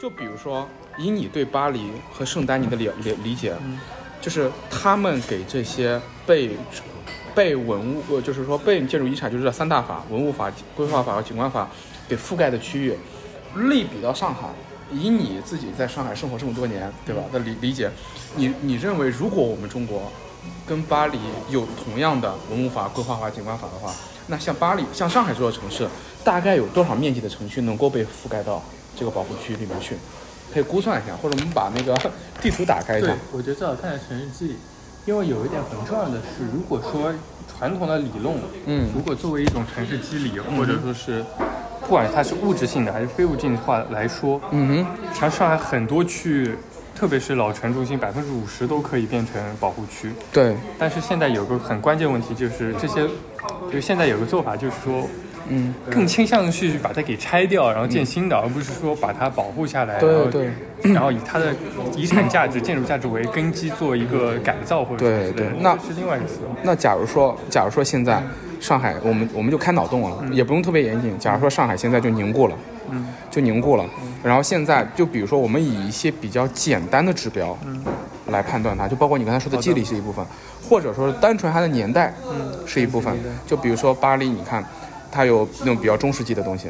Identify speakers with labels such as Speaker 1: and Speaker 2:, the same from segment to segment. Speaker 1: 就比如说，以你对巴黎和圣丹尼的理理理解，就是他们给这些被被文物，呃，就是说被建筑遗产，就是这三大法：文物法、规划法和景观法给覆盖的区域，类比到上海。以你自己在上海生活这么多年，对吧？的理理解，你你认为如果我们中国跟巴黎有同样的文物法、规划法、景观法的话，那像巴黎、像上海这座城市，大概有多少面积的城区能够被覆盖到这个保护区里面去？可以估算一下，或者我们把那个地图打开一下
Speaker 2: 对。，我觉得最好看的城市记忆，因为有一点很重要的是，如果说传统的理论，
Speaker 1: 嗯
Speaker 2: 如果作为一种城市机理，或者说是，不管它是物质性的还是非物质性的话来说，
Speaker 1: 嗯哼，
Speaker 2: 实际上上海很多区域，特别是老城中心，百分之五十都可以变成保护区。
Speaker 1: 对，
Speaker 2: 但是现在有个很关键问题，就是这些，就是现在有个做法，就是说。
Speaker 1: 嗯，
Speaker 2: 更倾向于是把它给拆掉，然后建新的，而不是说把它保护下来，
Speaker 1: 对
Speaker 2: 然后
Speaker 1: 对
Speaker 2: 然后以它的遗产价值、建筑价值为根基做一个改造或者
Speaker 1: 对
Speaker 2: 什么之类的
Speaker 1: 对那
Speaker 2: 这是另外一个思路。
Speaker 1: 那假如说，假如说现在上海，我们我们就开脑洞了，也不用特别严谨。假如说上海现在就凝固了，
Speaker 2: 嗯，
Speaker 1: 就凝固了。然后现在就比如说，我们以一些比较简单的指标来判断它，就包括你刚才说的纪理是一部分，或者说单纯它的年代是一部分
Speaker 2: 嗯。
Speaker 1: 就比如说巴黎，你看它有那种比较中世纪的东西。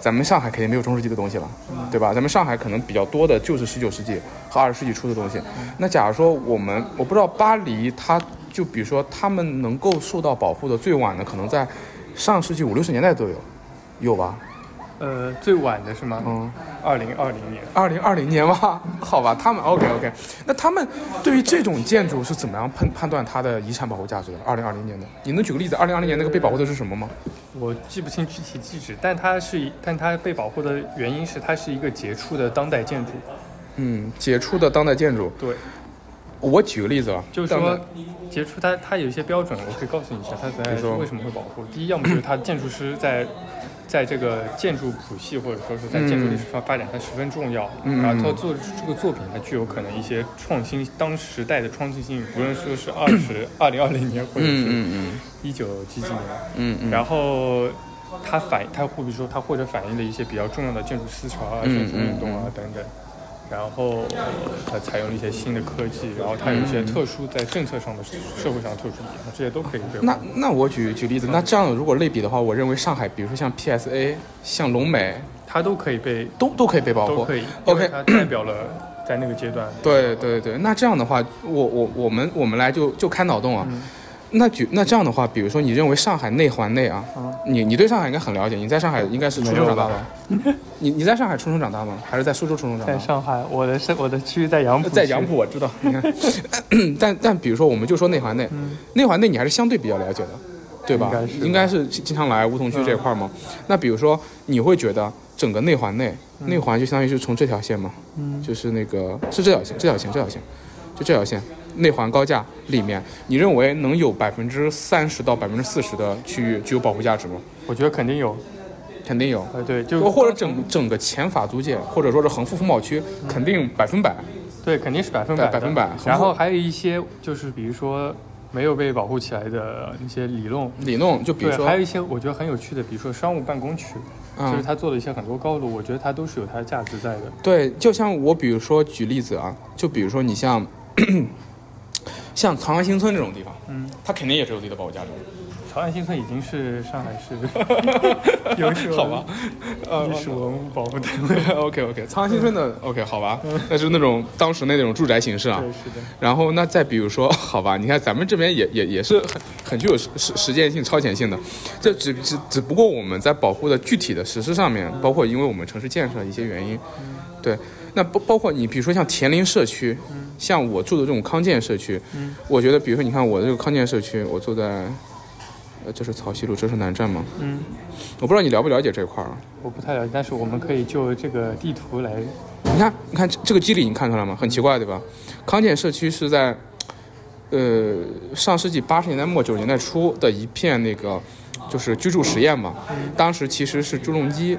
Speaker 1: 咱们上海肯定没有中世纪的东西了，对吧？咱们上海可能比较多的就是十九世纪和二十世纪初的东西。那假如说我们，我不知道巴黎，它就比如说他们能够受到保护的最晚的，可能在上世纪五六十年代都有，有吧？
Speaker 2: 呃，最晚的是吗？
Speaker 1: 嗯，
Speaker 2: 二零二零年，
Speaker 1: 二零二零年吧， 好吧，他们 OK OK。那他们对于这种建筑是怎么样判判断它的遗产保护价值的？二零二零年的，你能举个例子？二零二零年那个被保护的是什么吗？
Speaker 2: 我记不清具体地址，但它是，但它被保护的原因是它是一个杰出的当代建筑。
Speaker 1: 嗯，杰出的当代建筑。
Speaker 2: 对，
Speaker 1: 我举个例子啊，
Speaker 2: 就是
Speaker 1: 当
Speaker 2: 说
Speaker 1: 代，
Speaker 2: 杰出它它有一些标准，我可以告诉你一下，它
Speaker 1: 比如说
Speaker 2: 在为什么会保护。第一，要么就是它建筑师在在这个建筑谱系或者说是在建筑历史上发展，它十分重要。
Speaker 1: 嗯
Speaker 2: 然后它做这个作品，它具有可能一些创新，当时代的创新性，不论说是二十二零二零年或者是
Speaker 1: 嗯
Speaker 2: 一九几几年，
Speaker 1: 嗯嗯
Speaker 2: 然后它反它或比如说它或者反映了一些比较重要的建筑思潮啊、
Speaker 1: 嗯
Speaker 2: 建筑运动啊等等。然后它采用了一些新的科技，然后它有一些特殊在政策上的、社会上的特殊意义，这些都可以被
Speaker 1: 那那我举举例子，那这样如果类比的话，我认为上海，比如说像 PSA、像龙美，
Speaker 2: 它都可以被
Speaker 1: 都都可以被保
Speaker 2: 都
Speaker 1: 护
Speaker 2: 可。以因为
Speaker 1: OK
Speaker 2: 它代表了在那个阶段。
Speaker 1: 对对对，那这样的话，我我我们我们来就就开脑洞啊。那举那这样的话，比如说你认为上海内环内啊，
Speaker 2: 嗯
Speaker 1: 你你对上海应该很了解，你在上海应该是出
Speaker 2: 没
Speaker 1: 生
Speaker 2: 有
Speaker 1: 长大
Speaker 2: 吧
Speaker 1: 吧？你你在上海出生长大吗？还是在苏州出生长大？
Speaker 2: 上海，我的生我的区域在杨
Speaker 1: 在杨浦，我知道。你看，但但比如说，我们就说内环内，内环内你还是相对比较了解的，对吧
Speaker 2: 嗯应该是？嗯吧
Speaker 1: 应该是经常来梧桐区这块儿嘛。那比如说，你会觉得整个内环内，
Speaker 2: 嗯
Speaker 1: 内环就相当于是从这条线嘛，就是那个是这条线，这条线，这条线，就这条线。内环高架里面，你认为能有百分之三十到百分之四十的区域具有保护价值吗？
Speaker 2: 我觉得肯定有。
Speaker 1: 肯定有，
Speaker 2: 呃，对，就
Speaker 1: 或者整整个前法租界，或者说是横幅风貌区，肯定百分百。
Speaker 2: 对，肯定是百分百的
Speaker 1: 百分百
Speaker 2: 然后还有一些就是比如说没有被保护起来的一些理论，
Speaker 1: 里弄就比如
Speaker 2: 对，
Speaker 1: 说
Speaker 2: 还有一些我觉得很有趣的，比如说商务办公区，
Speaker 1: 嗯
Speaker 2: 就是他做了一些很多高楼，我觉得它都是有它的价值在的。
Speaker 1: 对，就像我比如说举例子啊，就比如说你像 像长安新村这种地方，
Speaker 2: 嗯，
Speaker 1: 它肯定也是有自己的保护 价值。
Speaker 2: 长安新村已经是上海市优秀的
Speaker 1: 好吧，呃
Speaker 2: 历史文物保护单位。
Speaker 1: ，OK OK，长安新村的 OK 好吧，那是那种当时那种住宅形式啊
Speaker 2: 对，。是的，
Speaker 1: 然后那再比如说， 好吧，你看咱们这边也也也是很很具有实实实践性、超前性的，这只只只不过我们在保护的具体的实施上面，包括因为我们城市建设的一些原因，对，那包包括你比如说像田林社区，像我住的这种康健社区，我觉得比如说你看我这个康健社区，我住在，呃，这是曹溪路，这是南站吗？
Speaker 2: 嗯，
Speaker 1: 我不知道你了不了解这块儿啊。
Speaker 2: 我不太了解，但是我们可以就这个地图来，
Speaker 1: 你看，你看这这个机理，你看出来吗？很奇怪，对吧？康健社区是在，呃，上世纪八十年代末九十年代初的一片那个，就是居住实验嘛。当时其实是朱镕基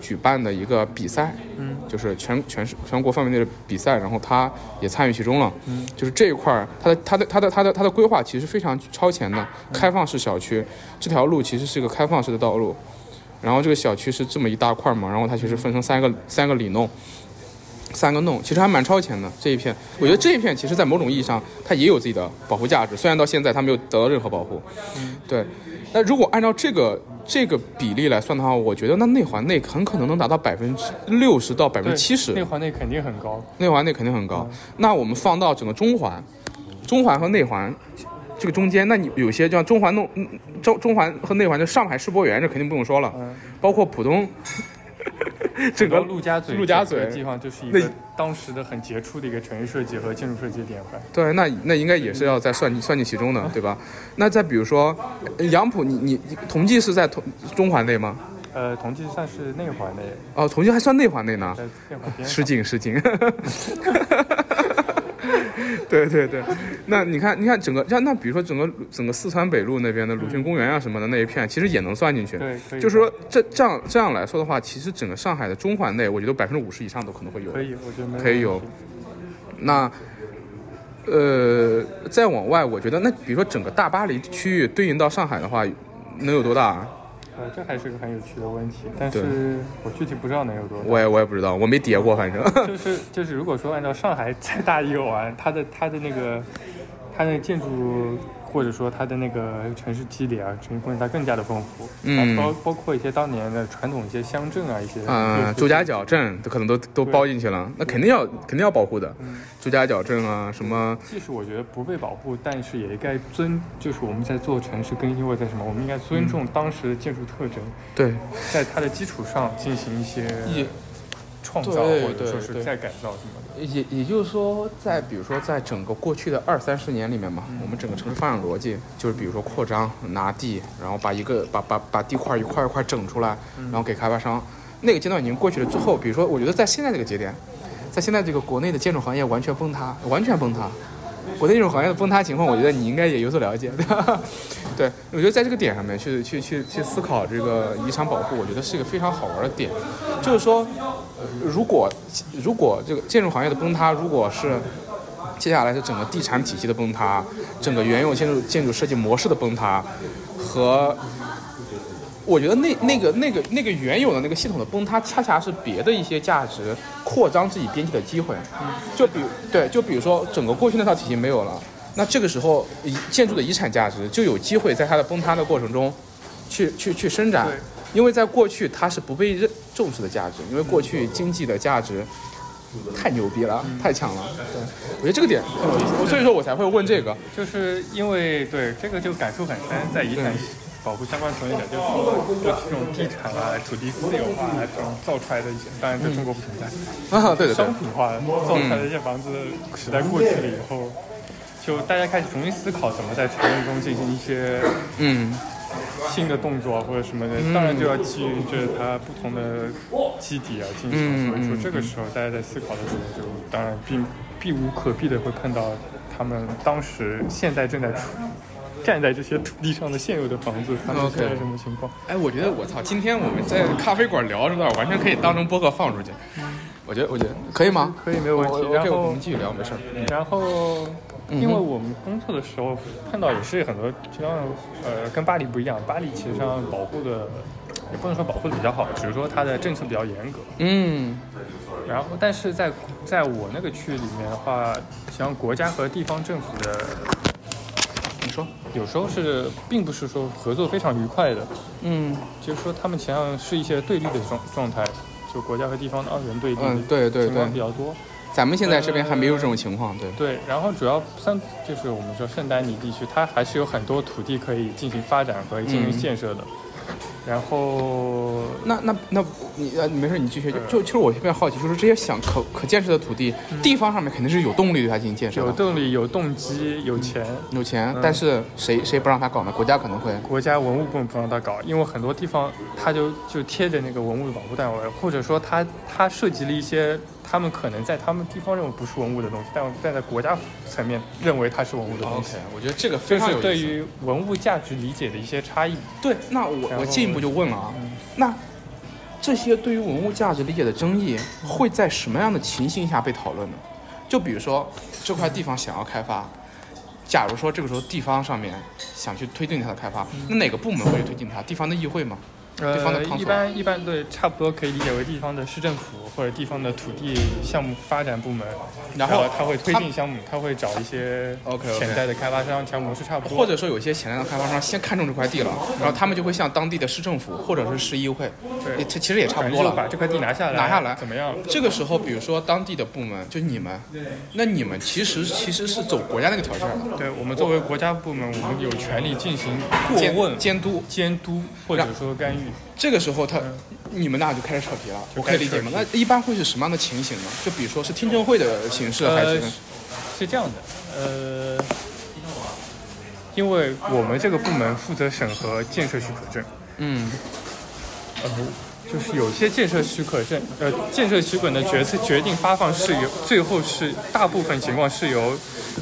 Speaker 1: 举办的一个比赛，
Speaker 2: 嗯
Speaker 1: 就是全全市全国范围内的比赛，然后他也参与其中了。就是这一块儿，它的它的它的它的它的规划其实非常超前的，开放式小区，这条路其实是一个开放式的道路。然后这个小区是这么一大块儿嘛，然后它其实分成三个三个里弄，三个弄，其实还蛮超前的这一片。我觉得这一片其实，在某种意义上，它也有自己的保护价值，虽然到现在它没有得到任何保护。对。那如果按照这个这个比例来算的话，我觉得那内环内很可能能达到百分之六十到百分
Speaker 2: 对
Speaker 1: 之七十
Speaker 2: 内。环内肯定很高，
Speaker 1: 内环内肯定很高。那我们放到整个中环，中环和内环这个中间，那你有些就像中环弄嗯中中环和内环，就上海世博园这肯定不用说了，
Speaker 2: 嗯，
Speaker 1: 包括浦东 整个
Speaker 2: 然后陆家嘴，
Speaker 1: 陆家嘴
Speaker 2: 这个地方就是一个
Speaker 1: 那
Speaker 2: 当时的很杰出的一个城市设计和建筑设计的典范。
Speaker 1: 对，那那应该也是要再算进算进其中的，对吧？那再比如说，呃杨浦，你你你同济是在同中环内吗？
Speaker 2: 呃，同济算是内环内，
Speaker 1: 哦，同济还算内环内呢。
Speaker 2: 在内环边
Speaker 1: 失
Speaker 2: 上。
Speaker 1: 敬 失敬。对对对，那你看，你看整个，像那比如说整个整个四川北路那边的鲁迅公园啊什么的那一片，其实也能算进去。
Speaker 2: 对，可以，
Speaker 1: 就是说，这这样这样来说的话，其实整个上海的中环内，我觉得百分之五十以上都可能会有
Speaker 2: 可。以，我觉得没
Speaker 1: 可以有
Speaker 2: 问题
Speaker 1: 那，呃，再往外，我觉得那比如说整个大巴黎区域对应到上海的话，能有多大啊？
Speaker 2: 呃，这还是个很有趣的问题，但
Speaker 1: 对
Speaker 2: 是我具体不知道能有多大。
Speaker 1: 我也我也不知道，我没叠过，反正。
Speaker 2: 就是就是，如果说按照上海再大一个玩，它的它的那个它的建筑或者说它的那个城市基底啊，城市空间它更加的丰富，
Speaker 1: 嗯
Speaker 2: 包包括一些当年的传统一些乡镇啊，一些
Speaker 1: 啊，朱家角镇都可能都都包进去了，那肯定要肯定要保护的
Speaker 2: 嗯，
Speaker 1: 朱家角镇啊，什么
Speaker 2: 即使我觉得不被保护，但是也应该尊，就是我们在做城市更新或者在什么，我们应该尊重
Speaker 1: 嗯
Speaker 2: 当时的建筑特征，
Speaker 1: 对
Speaker 2: 在它的基础上进行一些
Speaker 1: 也
Speaker 2: 创造
Speaker 1: 对
Speaker 2: 或者说
Speaker 1: 对
Speaker 2: 是
Speaker 1: 对
Speaker 2: 再改造什么的。
Speaker 1: 也也就是说，在比如说在整个过去的二三十年里面嘛，我们整个城市发展逻辑就是比如说扩张拿地，然后把一个把把把地块一块一块整出来，然后给开发商，那个阶段已经过去了之后，比如说我觉得在现在这个节点，在现在这个国内的建筑行业完全崩塌，完全崩塌。国内这种行业的崩塌情况，我觉得你应该也有所了解，对 吧？对，我觉得在这个点上面去去去去思考这个遗产保护，我觉得是一个非常好玩的点。就是说，呃如果如果这个建筑行业的崩塌，如果是接下来是整个地产体系的崩塌，整个原有建筑建筑设计模式的崩塌，和我觉得那那个那个那个原有的那个系统的崩塌，恰恰是别的一些价值扩张自己边际的机会。就比对，就比如说整个过去那套体系没有了，那这个时候遗建筑的遗产价值就有机会在它的崩塌的过程中去去去伸展
Speaker 2: 对。
Speaker 1: 因为在过去它是不被认重视的价值，因为过去经济的价值太牛逼了，太强了。对，我觉得这个点很有意思，我所以说我才会问这个。
Speaker 2: 就是因为对这个就感触很深，在遗产
Speaker 1: 对
Speaker 2: 保护相关从业者就说，就这种地产啊、土地私有化啊这种造出来的一些，当然在中国不存在，
Speaker 1: 啊，对对对
Speaker 2: 商，品化造出来的一些房子时代过去了以后，就大家开始重新思考怎么在城市中进行一些
Speaker 1: 嗯，
Speaker 2: 新的动作或者什么的，当然就要基于就是它不同的基底啊进行。
Speaker 1: 嗯
Speaker 2: 所以说这个时候大家在思考的时候，就当然避避无可避的会碰到他们当时现在正在处站在这些土地上的现有的房子发生
Speaker 1: OK
Speaker 2: 现在什么情况。
Speaker 1: 哎，我觉得我操，今天我们在咖啡馆聊这段，完全可以当成播客放出去。我觉得，我觉得嗯可以吗？
Speaker 2: 可以没有
Speaker 1: 我
Speaker 2: 问题
Speaker 1: 我
Speaker 2: 然
Speaker 1: ，OK，
Speaker 2: 后
Speaker 1: 我们继续聊，没事儿。
Speaker 2: 然后，
Speaker 1: 嗯
Speaker 2: 因为我们工作的时候碰到也是很多，就像呃，跟巴黎不一样，巴黎其实上保护的也不能说保护的比较好，只是说它的政策比较严格。
Speaker 1: 嗯
Speaker 2: 然后，但是在在我那个区域里面的话，像国家和地方政府的，
Speaker 1: 你说，
Speaker 2: 有时候是并不是说合作非常愉快的，
Speaker 1: 嗯
Speaker 2: 就是说他们前上是一些对立的状状态，就国家和地方的二元对立
Speaker 1: 嗯，对对
Speaker 2: 情
Speaker 1: 对
Speaker 2: 况比，较多。
Speaker 1: 咱们现在这边还没有这种情况，对，
Speaker 2: 对，然后主要三就是我们说圣丹尼地区，它还是有很多土地可以进行发展和进行建设的。然后
Speaker 1: 那那那，你呃，没事，你继续。就就其实我特别好奇，就是这些想可可建设的土地，地方上面肯定嗯是有动力对它进行建设
Speaker 2: 有
Speaker 1: 的，
Speaker 2: 动力、有动机、有钱，
Speaker 1: 有钱
Speaker 2: 嗯，
Speaker 1: 但是谁谁不让他搞呢？国家可能会，
Speaker 2: 国家文物部不让他搞，因为很多地方他就就贴着那个文物保护单位，或者说他他涉及了一些他们可能在他们地方认为不是文物的东西，但但在国家层面认为它是文物的东西。
Speaker 1: 我觉得这个非
Speaker 2: 这是对
Speaker 1: 思。
Speaker 2: 于文物价值理解的一些差异。
Speaker 1: 对，那我
Speaker 2: 然
Speaker 1: 我
Speaker 2: 后
Speaker 1: 进一步就问了啊
Speaker 2: 嗯，
Speaker 1: 那这些对于文物价值理解的争议会在什么样的情形下被讨论呢？就比如说这块地方想要开发，假如嗯说这个时候地方上面想去推进它的开发，那哪个部门会推进它？地方的议会吗？地方的
Speaker 2: 呃，
Speaker 1: 康
Speaker 2: 一
Speaker 1: 所，
Speaker 2: 般一般对，差不多可以理解为地方的市政府或者地方的土地项目发展部门，
Speaker 1: 嗯然
Speaker 2: 然
Speaker 1: 后
Speaker 2: 他会推
Speaker 1: 他
Speaker 2: 进项目，他会找一些
Speaker 1: OK，OK
Speaker 2: 潜在的开发商，其实模式差不多。
Speaker 1: 或者说有一些潜在的开发商先看中这块地了，
Speaker 2: 嗯
Speaker 1: 然后他们就会向当地的市政府或者是市议会，
Speaker 2: 对
Speaker 1: 也其其实也差不
Speaker 2: 反正
Speaker 1: 多
Speaker 2: 就
Speaker 1: 了。
Speaker 2: 把这块地拿下来，
Speaker 1: 拿下来
Speaker 2: 怎么样？
Speaker 1: 这个时候，比如说当地的部门，就你们，那你们其实其实是走国家那个条件的，
Speaker 2: 对我们作为国家部门，我们有权利进行过问
Speaker 1: 监、监督。
Speaker 2: 监督或者说干预。
Speaker 1: 这个时候他，你们俩就开始扯皮了，我
Speaker 2: 嗯就
Speaker 1: 可以
Speaker 2: 开始
Speaker 1: 理解吗？
Speaker 2: 扯
Speaker 1: 那一般会是什么样的情形呢？就比如说是听证会的形式，还是
Speaker 2: 呃，是这样的，呃，因为我们这个部门负责审核建设许可证，
Speaker 1: 嗯
Speaker 2: 呃，就是有些建设许可证，呃，建设许可的决策决定发放是由最后是大部分情况是由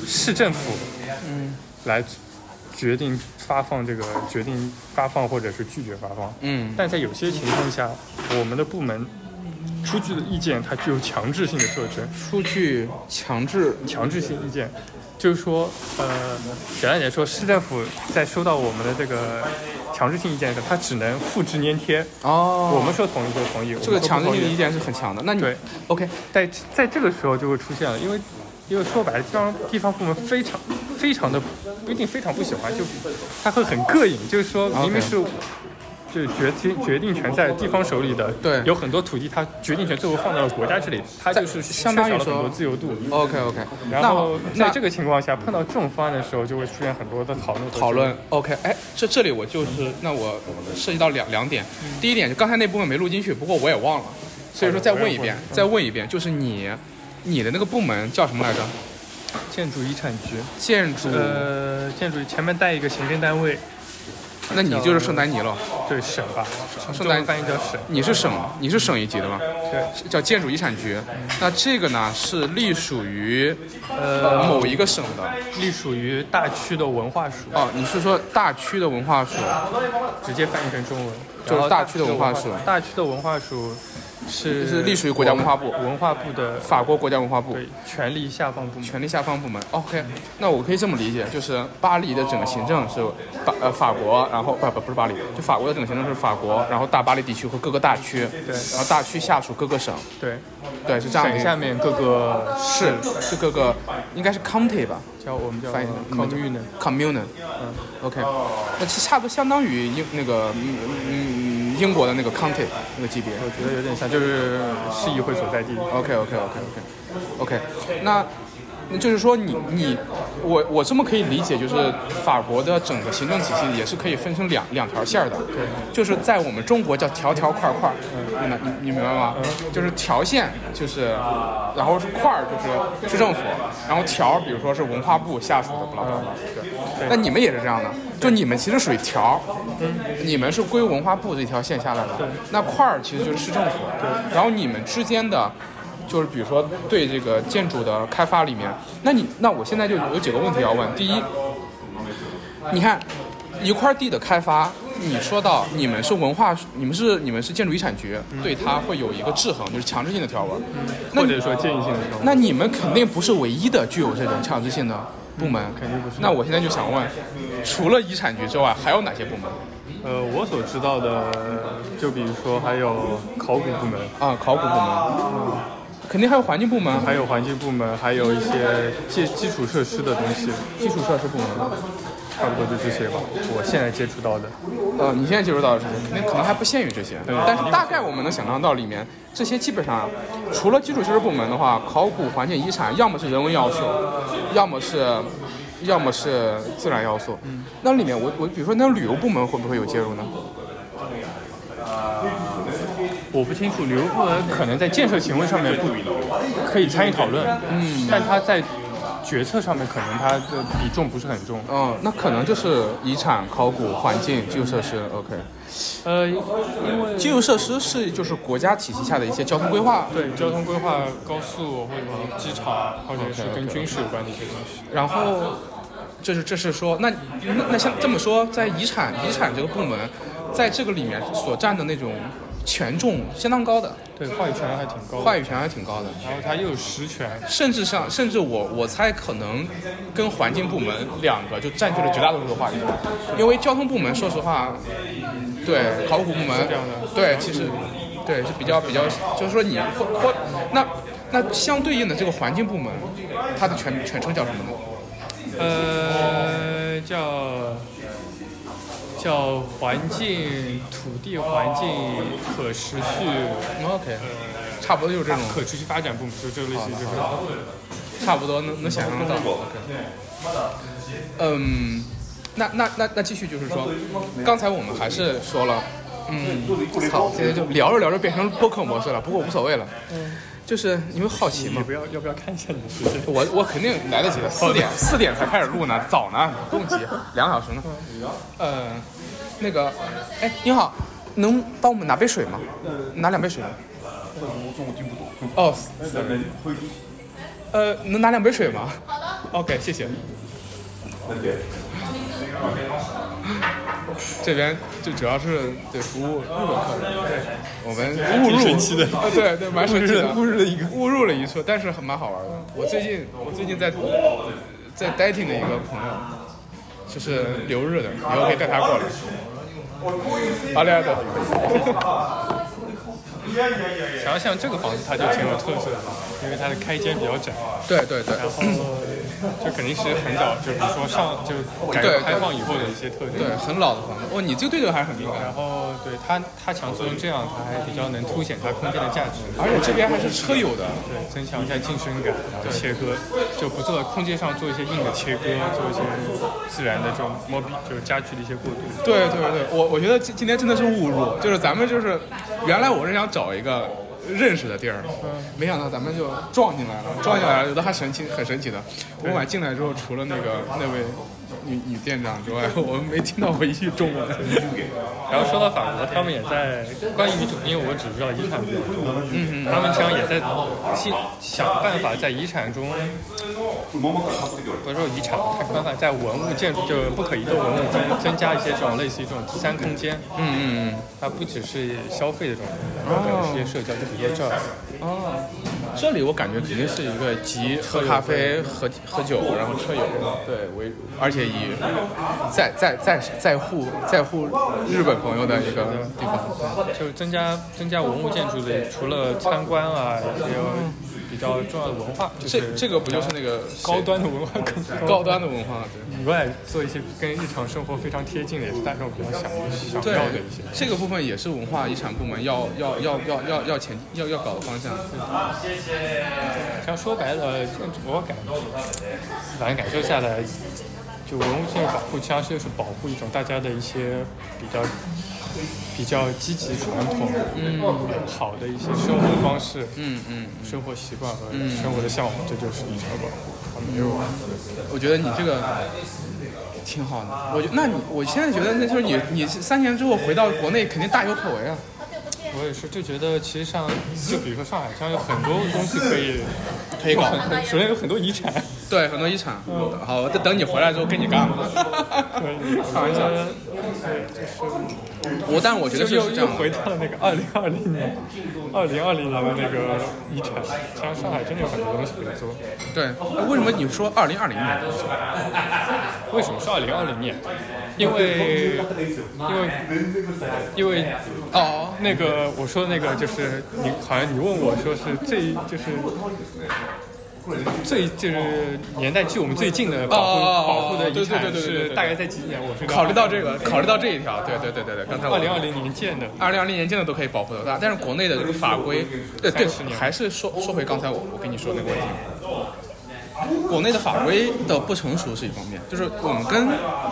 Speaker 2: 市政府
Speaker 1: 嗯
Speaker 2: 来决定发放这个决定发放或者是拒绝发放，
Speaker 1: 嗯
Speaker 2: 但在有些情况下，我们的部门出具的意见它具有强制性的特征。
Speaker 1: 出具强制
Speaker 2: 强制性意见，就是说，呃，简单点说，市政府在收到我们的这个强制性意见的时候，它只能复制粘贴，
Speaker 1: 哦，
Speaker 2: 我们说同意就同意，
Speaker 1: 这个
Speaker 2: 我们说不
Speaker 1: 强制
Speaker 2: 同
Speaker 1: 性
Speaker 2: 意
Speaker 1: 意见是很强的。那你
Speaker 2: 对，
Speaker 1: OK，
Speaker 2: 在在这个时候就会出现了，因为因为说白了，地方地方部门非常非常的不一定非常不喜欢，就他会很膈应，就是说
Speaker 1: OK
Speaker 2: 明明是。就是决定决定权在地方手里的，
Speaker 1: 对
Speaker 2: 有很多土地，它决定权最后放到了国家这里，它
Speaker 1: 在
Speaker 2: 就是
Speaker 1: 相当于
Speaker 2: 缺少了很
Speaker 1: 说
Speaker 2: 多自由度。
Speaker 1: OK OK，
Speaker 2: 然后
Speaker 1: 那
Speaker 2: 在这个情况下，碰到这种方案的时候，就会出现很多的讨论。
Speaker 1: 讨论 OK，哎，这这里我就是那我涉及到两两点，
Speaker 2: 嗯
Speaker 1: 第一点就刚才那部分没录进去，不过我也忘了，所以说再问一遍
Speaker 2: 好的，
Speaker 1: 再问一遍，就是你你的那个部门叫什么来着？
Speaker 2: 建筑遗产局，
Speaker 1: 建筑，
Speaker 2: 呃，建筑前面带一个行政单位，
Speaker 1: 那你就是圣丹尼了，
Speaker 2: 对省吧，
Speaker 1: 圣
Speaker 2: 中
Speaker 1: 诞
Speaker 2: 文翻译叫省。
Speaker 1: 你是省你是省一级的吗？
Speaker 2: 对，
Speaker 1: 叫建筑遗产局，那这个呢是隶属于
Speaker 2: 呃，
Speaker 1: 某一个省的
Speaker 2: 隶属于大区的文化署，
Speaker 1: 哦，你是说大区的文化署？
Speaker 2: 直接翻译成中文，
Speaker 1: 就是
Speaker 2: 然后
Speaker 1: 大区的文化署
Speaker 2: 大区的文化署是
Speaker 1: 是隶属于国家文化部
Speaker 2: 文化部的
Speaker 1: 法国国家文化部。
Speaker 2: 对权力下放部门。
Speaker 1: 权力下放部门。OK，那我可以这么理解，就是巴黎的整个行政是法呃法国，然后不不不是巴黎，就法国的整个行政是法国，然后大巴黎地区和各个大区，
Speaker 2: 对
Speaker 1: 然后大区下属各个省，
Speaker 2: 对，
Speaker 1: 对，是这样的
Speaker 2: 省
Speaker 1: 一
Speaker 2: 下
Speaker 1: 个。
Speaker 2: 面各个
Speaker 1: 是是各个应该是 county 吧
Speaker 2: 叫我们叫
Speaker 1: 翻译成你们叫
Speaker 2: commune。
Speaker 1: ，commune，
Speaker 2: 嗯
Speaker 1: ，OK，那其实差不多相当于英那个嗯嗯嗯英国的那个 county 那个级别。
Speaker 2: 我觉得有点像，就是市议会所在地。
Speaker 1: OK OK OK OK OK，那那就是说你你我我这么可以理解，就是法国的整个行政体系也是可以分成两两条线儿的，就是在我们中国叫条条块块儿，你能你你明白吗？就是条线就是，然后是块儿就是市政府，然后条儿比如说是文化部下属的，巴拉巴拉巴拉，对。那你们也是这样的，就你们其实属于条儿，你们是归文化部这条线下来的，那块儿其实就是市政府，然后你们之间的。就是比如说对这个建筑的开发里面，那你那我现在就有几个问题要问。第一，你看一块地的开发，你说到你们是文化，你们是你们是建筑遗产局，
Speaker 2: 嗯
Speaker 1: 对它会有一个制衡，就是强制性的条文。那
Speaker 2: 或
Speaker 1: 你
Speaker 2: 者说建议性的时候，
Speaker 1: 那你们肯定不是唯一的具有这种强制性的部门，
Speaker 2: 嗯肯定不是
Speaker 1: 那我现在就想问，除了遗产局之外，还有哪些部门？
Speaker 2: 呃，我所知道的，就比如说还有考古部门，
Speaker 1: 啊，考古部门，
Speaker 2: 啊
Speaker 1: 肯定还有环境部门，
Speaker 2: 还有环境部门，还有一些基基础设施的东西，
Speaker 1: 基础设施部门。
Speaker 2: 差不多就这些吧。我现在接触到的，
Speaker 1: 呃，你现在接触到的这些，肯定可能还不限于这些，但是大概我们能想象到里面这些基本上，除了基础设施部门的话，考古、环境、遗产，要么是人文要素，要么是，要么是自然要素。那里面我我比如说，那旅游部门会不会有介入呢？
Speaker 2: 我不清楚旅游部门可能在建设行为上面不可以参与讨论，嗯，但他在决策上面可能他的比重不是很重。
Speaker 1: 嗯，那可能就是遗产、考古、环境、基础设施。OK，
Speaker 2: 呃，因为
Speaker 1: 基础设施是就是国家体系下的一些交通规划，
Speaker 2: 对交通规划、高速或者机场，或者是跟
Speaker 1: OK，OK
Speaker 2: 军事有关的一些东西。
Speaker 1: 然后这是这是说，那那那像这么说，在遗产遗产这个部门，在这个里面所占的那种权重相当高的，
Speaker 2: 对，话语权还挺高的。
Speaker 1: 话语权还挺高的，
Speaker 2: 然后它又有实权，
Speaker 1: 甚至上甚至我我猜可能跟环境部门两个就占据了绝大多数的话语权，因为交通部门说实话。对考古部门
Speaker 2: 这样的，
Speaker 1: 对，其实对是比较比较，就是说你或或那那相对应的这个环境部门，它的全全称叫什么呢？
Speaker 2: 呃，叫叫环境、土地环境可持续，
Speaker 1: OK，
Speaker 2: 呃，
Speaker 1: 差不多就是这种，
Speaker 2: 可持续发展部门，就就类似于这种。
Speaker 1: 差不多能能想象得到。OK，嗯，那那那那继续就是说，刚才我们还是说了，嗯，操，现在就聊着聊着变成播客模式了，不过无所谓了，就是因为好奇嘛
Speaker 2: 你。不要要不要看一下你的时间？
Speaker 1: 我我肯定来得及的，四点四点才开始录呢，早呢，不用急，两个小时呢。呃，那个，哎，你好，能帮我们拿杯水吗？拿两杯水吗？哦，呃，能拿两杯水吗？好的。OK，谢谢。这边就主要是对服务日本客人，我们误入
Speaker 2: 挺神奇的
Speaker 1: 啊对对，蛮神奇的，
Speaker 2: 误入了一个
Speaker 1: 误入了一处，但是很蛮好玩的。我最近我最近在在 dating 的一个朋友，就是留日的，以后可以带他过来。好嘞，好嘞。
Speaker 2: 想要像这个房子，它就挺有特色的，因为它的开间比较窄，
Speaker 1: 对对对
Speaker 2: 然后就肯定是很早，就比如说上就改
Speaker 1: 对
Speaker 2: 革
Speaker 1: 对
Speaker 2: 开放以后的一些特
Speaker 1: 对，
Speaker 2: 点。
Speaker 1: 很老的房子。哦，你这个对这个还是很敏感
Speaker 2: 然。后对它它强做成这样，它还比较能凸显它空间的价值。
Speaker 1: 而且这边还是车友的，
Speaker 2: 对，增强一下竞争感，然后切割，就不做空间上做一些硬的切割，做一些自然的这种 m o b 就是家居的一些过渡。
Speaker 1: 对对对，我我觉得今今天真的是误入，就是咱们就是，原来我是想找一个认识的地儿，没想到咱们就撞进来了，撞进来了，有的还神奇，很神奇的。我晚进来之后，除了那个那位女女店长之外，我们没听到过一句中文。
Speaker 2: 然后说到法国，他们也在关于女主，因为我只知道遗产比较多，嗯他们实际上也在尽想办法在遗产中，不是说遗产，他想办法在文物建筑就是不可移动文物中增加一些这种类似于这种第三空间，
Speaker 1: 嗯嗯哦
Speaker 2: 它不只是消费的这种，它是一些社交体验这儿。
Speaker 1: 嗯，哦，这里我感觉肯定是一个集喝咖啡、喝喝酒，然后车友，对为，而且以在在在在乎在乎日本朋友的一个地方。
Speaker 2: 就是增加增加文物建筑的，除了参观啊，也有比较重要的文化，就
Speaker 1: 这
Speaker 2: 是
Speaker 1: 这个不就是那个
Speaker 2: 高端的文化更
Speaker 1: 高端的文化？对
Speaker 2: 以外，做一些跟日常生活非常贴近的，也是大众比较想想
Speaker 1: 对
Speaker 2: 要的一些。
Speaker 1: 这个部分也是文化遗产部门要要要要要要前要要搞的方向。
Speaker 2: 像说白了，呃我感觉，反正感受下来，就文物建筑保护，其实就是保护一种大家的一些比较比较积极传统、嗯、好的一些生活方式、
Speaker 1: 嗯嗯，
Speaker 2: 生活习惯和生活的向往，这就是遗产保护。没有，
Speaker 1: 我觉得你这个挺好的。我觉那你我现在觉得那就是你你三年之后回到国内肯定大有可为啊。
Speaker 2: 我也是，就觉得其实上，就比如说上海，上有很多东西可以
Speaker 1: 可以搞
Speaker 2: 很很，首先有很多遗产。
Speaker 1: 对，很多遗产。
Speaker 2: 嗯
Speaker 1: 好，我就等你回来之后跟你干了。
Speaker 2: 开玩笑，
Speaker 1: 我但我觉
Speaker 2: 就
Speaker 1: 得是
Speaker 2: 又
Speaker 1: 是这
Speaker 2: 又
Speaker 1: 样的。
Speaker 2: 回到了那个二零二零年，二零二零年的那个遗产。其实上海真的有很多东西可以做。
Speaker 1: 对，为什么你说二零二零年？哦
Speaker 2: 为什么是二零二零年？因为因为因为
Speaker 1: 哦，
Speaker 2: 那个我说的那个就是你，好像你问我说是最就是最就是年代距我们最近的保护、
Speaker 1: 哦哦哦
Speaker 2: 保护的遗
Speaker 1: 对对
Speaker 2: 产
Speaker 1: 对对对对
Speaker 2: 是大概在几年？我是
Speaker 1: 考虑到这个，考虑到这一条。对对对对对，刚才我
Speaker 2: 二零二零年建的。
Speaker 1: 二零二零年建的都可以保护得到，但是国内的这个法规，对对
Speaker 2: 30，年
Speaker 1: 还是说说回刚才我我跟你说那个问题，国内的法规的不成熟是一方面，就是我们跟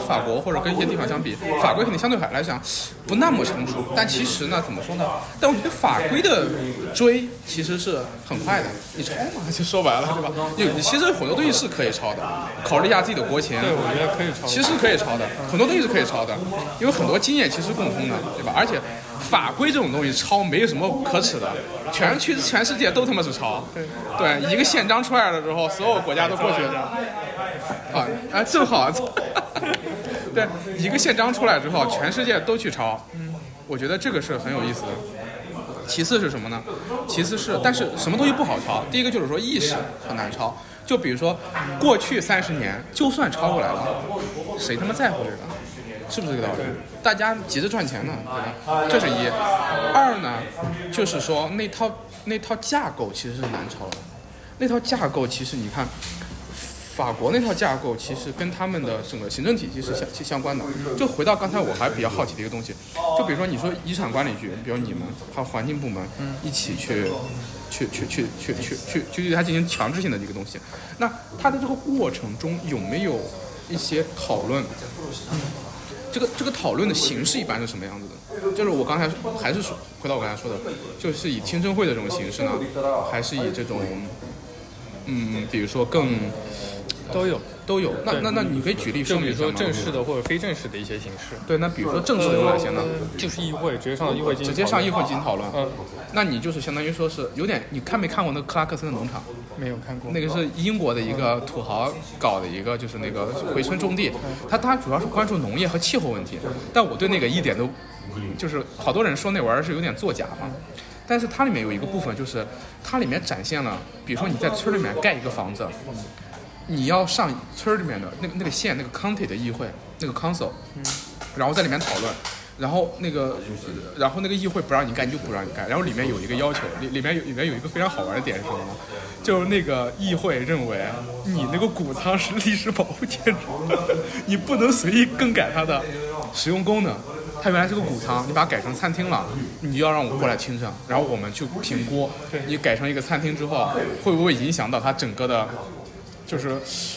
Speaker 1: 法国或者跟一些地方相比，法规肯定相对来讲呃不那么成熟，但其实呢，怎么说呢？但我觉得法规的追其实是很快的，你抄嘛，就说白了，对吧？有其实很多东西是可以抄的，考虑一下自己的国情，
Speaker 2: 对，我觉得可以超。
Speaker 1: 其实是可以抄的，很多东西是可以抄的，因为很多经验其实是共通的，对吧？而且法规这种东西抄没有什么可耻的，全去全世界都他妈是抄。对，一个宪章出来了之后，所有国家都过去啊啊，正好， 对，一个宪章出来之后，全世界都去抄。我觉得这个是很有意思的。其次是什么呢？其次是，但是什么东西不好抄？第一个就是说意识很难抄。就比如说，过去三十年，就算抄过来了，谁他妈在乎这个？是不是这个道理？大家急着赚钱呢，对吧？这是一。二呢，就是说那套那套架构其实是南朝的，那套架构其实你看，法国那套架构其实跟他们的整个行政体系是相相关的。就回到刚才我还比较好奇的一个东西，就比如说你说遗产管理局，比如你们还有环境部门一起去。去去去去去去去对它进行强制性的一个东西，那它在这个过程中有没有一些讨论？这个这个讨论的形式一般是什么样子的？就是我刚才还是说回到我刚才说的，就是以听证会的这种形式呢，还是以这种，嗯，比如说更
Speaker 2: 都有。
Speaker 1: 都有。那
Speaker 2: 对嗯
Speaker 1: 那那你可以举例说
Speaker 2: 就比
Speaker 1: 明一
Speaker 2: 如
Speaker 1: 下吗
Speaker 2: 说正式的嗯或者非正式的一些形式。
Speaker 1: 对，那比如说正式的有哪些呢？
Speaker 2: 呃就是议会，直接上议会进
Speaker 1: 直
Speaker 2: 行
Speaker 1: 接上议
Speaker 2: 讨
Speaker 1: 会进行讨论。
Speaker 2: 论。嗯，
Speaker 1: 那你就是相当于说是有点，你看没看过那个克拉克森的农场？
Speaker 2: 没有看过
Speaker 1: 那个是英国的一个
Speaker 2: 嗯
Speaker 1: 土豪搞的一个，就是那个回春种地，
Speaker 2: 嗯
Speaker 1: 他他主要是关注农业和气候问题，但我对那个一点都，就是好多人说那玩意儿是有点作假
Speaker 2: 嗯
Speaker 1: 嘛，但是它里面有一个部分就是它里面展现了，比如说你在村里面盖一个房子，
Speaker 2: 嗯
Speaker 1: 你要上村里面的那个那个县那个 county 的议会那个 council，然后在里面讨论。然后那个，呃然后那个议会不让你干，你就不让你干。然后里面有一个要求，里里面有里面有一个非常好玩的点是什么呢？就是那个议会认为你那个谷仓是历史保护建筑，你不能随意更改它的使用功能。它原来是个谷仓，你把它改成餐厅了，你就要让我过来清证，然后我们去评估你改成一个餐厅之后会不会影响到它整个的就是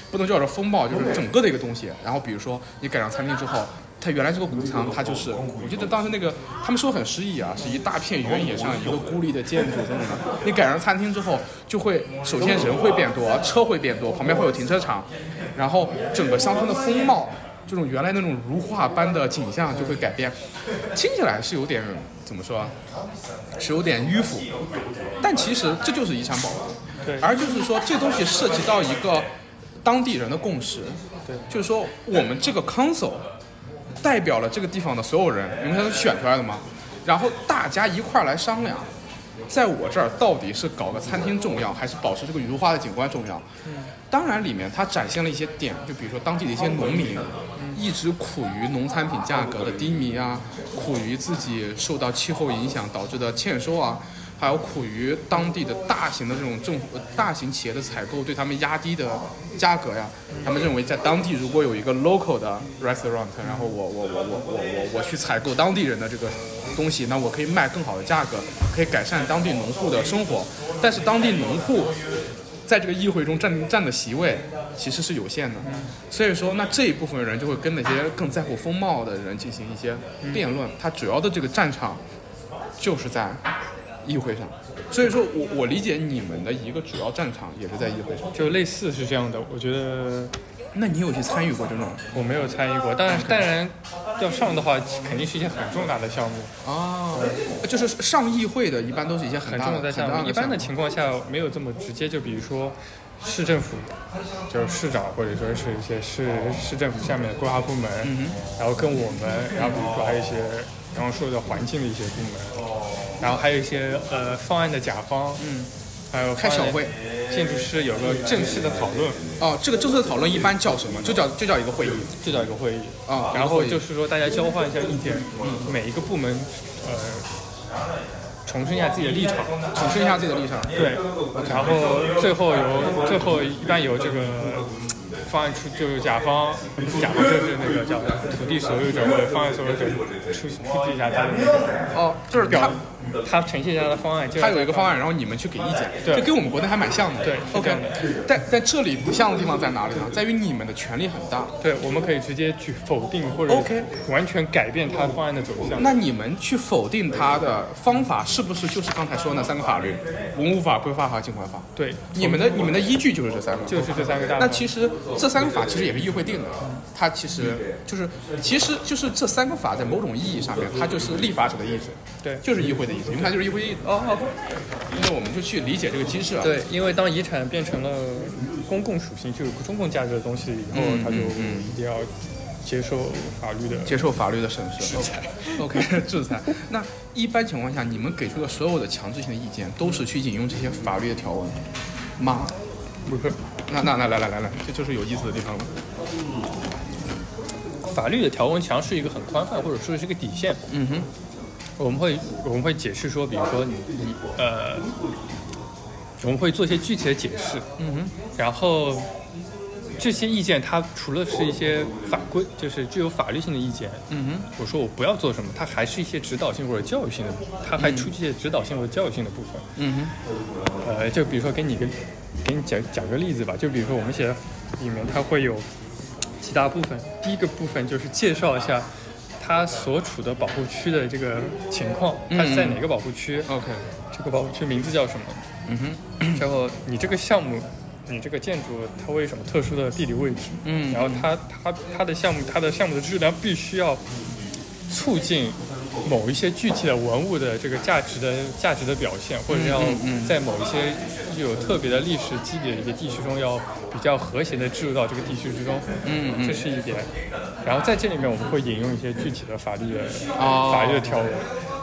Speaker 1: 不能叫做风暴，就是整个的一个东西。然后比如说你改良餐厅之后，它原来这个谷仓，它就是我记得当时那个他们说很诗意啊，是一大片原野上一个孤立的建筑等等的。你改良餐厅之后，就会首先人会变多，车会变多，旁边会有停车场，然后整个乡村的风貌，这种原来那种如画般的景象就会改变。听起来是有点怎么说啊，是有点迂腐，但其实这就是遗产保护。
Speaker 2: 对
Speaker 1: 而就是说这东西涉及到一个当地人的共识，
Speaker 2: 对
Speaker 1: 就是说我们这个 council 代表了这个地方的所有人，你们才是选出来的嘛，然后大家一块儿来商量。在我这儿到底是搞个餐厅重要，还是保持这个如花的景观重要？当然，里面它展现了一些点，就比如说当地的一些农民，一直苦于农产品价格的低迷啊，苦于自己受到气候影响导致的欠收啊，还有苦于当地的大型的这种政府、呃大型企业的采购对他们压低的价格呀。他们认为在当地如果有一个 local 的 restaurant，然后我我我我我我我去采购当地人的这个东西，那我可以卖更好的价格，可以改善当地农户的生活。但是当地农户在这个议会中占占的席位其实是有限的，
Speaker 2: 嗯
Speaker 1: 所以说那这一部分人就会跟那些更在乎风貌的人进行一些辩
Speaker 2: 嗯
Speaker 1: 论，他主要的这个战场就是在议会上，所以说我我理解你们的一个主要战场也是在议会上。
Speaker 2: 就类似是这样的，我觉得
Speaker 1: 那你有去参与过这种
Speaker 2: 我没有参与过，但当然要上的话，肯定是一些很重大的项目，
Speaker 1: 啊？就是上议会的，一般都是一些很
Speaker 2: 很
Speaker 1: 大
Speaker 2: 重
Speaker 1: 的、
Speaker 2: 大的项
Speaker 1: 大
Speaker 2: 目。一般的
Speaker 1: 项
Speaker 2: 情况下没有这么直接，就比如说市政府，就是市长或者说是一些市市政府下面的规划部门，
Speaker 1: 嗯
Speaker 2: 然后跟我们，然后比如说还有一些刚刚说的环境的一些部门，
Speaker 1: 哦
Speaker 2: 然后还有一些呃方案的甲方，嗯，还有
Speaker 1: 开小会，
Speaker 2: 建筑师有个正式的讨论，
Speaker 1: 目哦，这个政策讨论一般叫什么？就叫就叫一个会议
Speaker 2: 这叫一个会议。
Speaker 1: 啊。
Speaker 2: 然后就是是说大家交换一下意见，
Speaker 1: 嗯
Speaker 2: 每一个部门呃重申一下自己的立场，
Speaker 1: 重申一下自己的立场。
Speaker 2: 对，然后最后由最后一般由这个。方案出就是甲方，甲方就是那个叫土地所有者或者方案所有者出出具一下他的那个
Speaker 1: 哦，就是
Speaker 2: 表
Speaker 1: 他，
Speaker 2: 他呈现一下他的方案。就
Speaker 1: 他有一个方案，然后你们去给意见，
Speaker 2: 对
Speaker 1: 这跟我们国内还蛮像的。
Speaker 2: 对是这
Speaker 1: ，OK
Speaker 2: 样的。
Speaker 1: 但在这里不像的地方在哪里呢？在于你们的权力很大。
Speaker 2: 对，我们可以直接去否定或者
Speaker 1: OK
Speaker 2: 完全改变他方案的走向。
Speaker 1: 那你们去否定它的方法是不是就是刚才说的那三个法律：文物法、规划法、景观法？
Speaker 2: 对，
Speaker 1: 你们的你们的依据就是这三个。
Speaker 2: 就是这三个大
Speaker 1: 嗯那
Speaker 2: 方
Speaker 1: 其实这三个法其实也是议会定的，它其实就是其实就是这三个法在某种意义上面，它就是立法者的意志，
Speaker 2: 对
Speaker 1: 就是议会的意志，因为它就是议会的意志。
Speaker 2: 哦哦，
Speaker 1: 那我们就去理解这个机制啊。，
Speaker 2: 对，因为当遗产变成了公共属性，就有公共价值的东西以后，
Speaker 1: 嗯
Speaker 2: 它就
Speaker 1: 嗯嗯
Speaker 2: 一定要接受法律的。
Speaker 1: 接受法律的审视。制裁，OK，制 裁。那一般情况下，你们给出的所有的强制性的意见，都是去引用这些法律的条文吗？
Speaker 2: 不是，
Speaker 1: 那那那来来来来，这就是有意思的地方了。
Speaker 2: 法律的条文墙是一个很宽泛，或者说是一个底线。
Speaker 1: 嗯哼，
Speaker 2: 我们会我们会解释说，比如说你你呃，我们会做一些具体的解释，
Speaker 1: 嗯哼，
Speaker 2: 然后这些意见它除了是一些法规，就是具有法律性的意见，
Speaker 1: 嗯哼。
Speaker 2: 我说我不要做什么，它还是一些指导性或者教育性的，它还出现指导性或者教育性的部分。
Speaker 1: 嗯哼，
Speaker 2: 呃，就比如说给你一个，给你讲讲个例子吧，就比如说我们写的里面它会有几大部分，第一个部分就是介绍一下它所处的保护区的这个情况，它是在
Speaker 1: 嗯
Speaker 2: 哪个保护区，
Speaker 1: OK，
Speaker 2: 这个保护区名字叫什么，
Speaker 1: 嗯哼，
Speaker 2: 然后你这个项目，你这个建筑它为什么特殊的地理位置，
Speaker 1: 嗯
Speaker 2: 然后它它它的项目它的项目的质量必须要促进某一些具体的文物的这个价值的价值的表现，或者是要
Speaker 1: 嗯嗯嗯
Speaker 2: 在某一些具有特别的历史积累的一个地区中，要比较和谐的置入到这个地区之中，
Speaker 1: 嗯嗯
Speaker 2: 这是一点。然后在这里面我们会引用一些具体的法律的、
Speaker 1: 哦
Speaker 2: 法律的条文，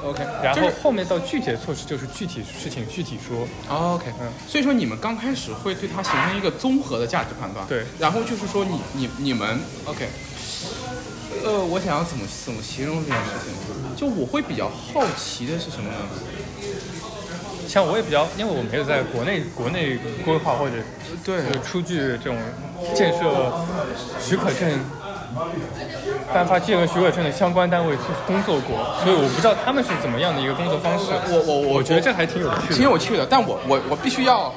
Speaker 1: ，OK，
Speaker 2: 然
Speaker 1: 就
Speaker 2: 后
Speaker 1: 是
Speaker 2: 后面到具体的措施就是具体事情具体说，
Speaker 1: 哦 OK，
Speaker 2: 嗯
Speaker 1: 所以说你们刚开始会对它形成一个综合的价值判断，
Speaker 2: 对
Speaker 1: 然后就是说你你你们 OK，呃，我想要怎么怎么形容这件事情，就我会比较好奇的是什么呢？
Speaker 2: 像我也比较，因为我没有在国内国内规划或者
Speaker 1: 对
Speaker 2: 就是出具这种建设许可证、颁发建设许可证的相关单位去工作过，所以我不知道他们是怎么样的一个工作方式。
Speaker 1: 我我我
Speaker 2: 我觉得这还挺有趣
Speaker 1: 挺
Speaker 2: 的。
Speaker 1: 有趣的，但我我我必须要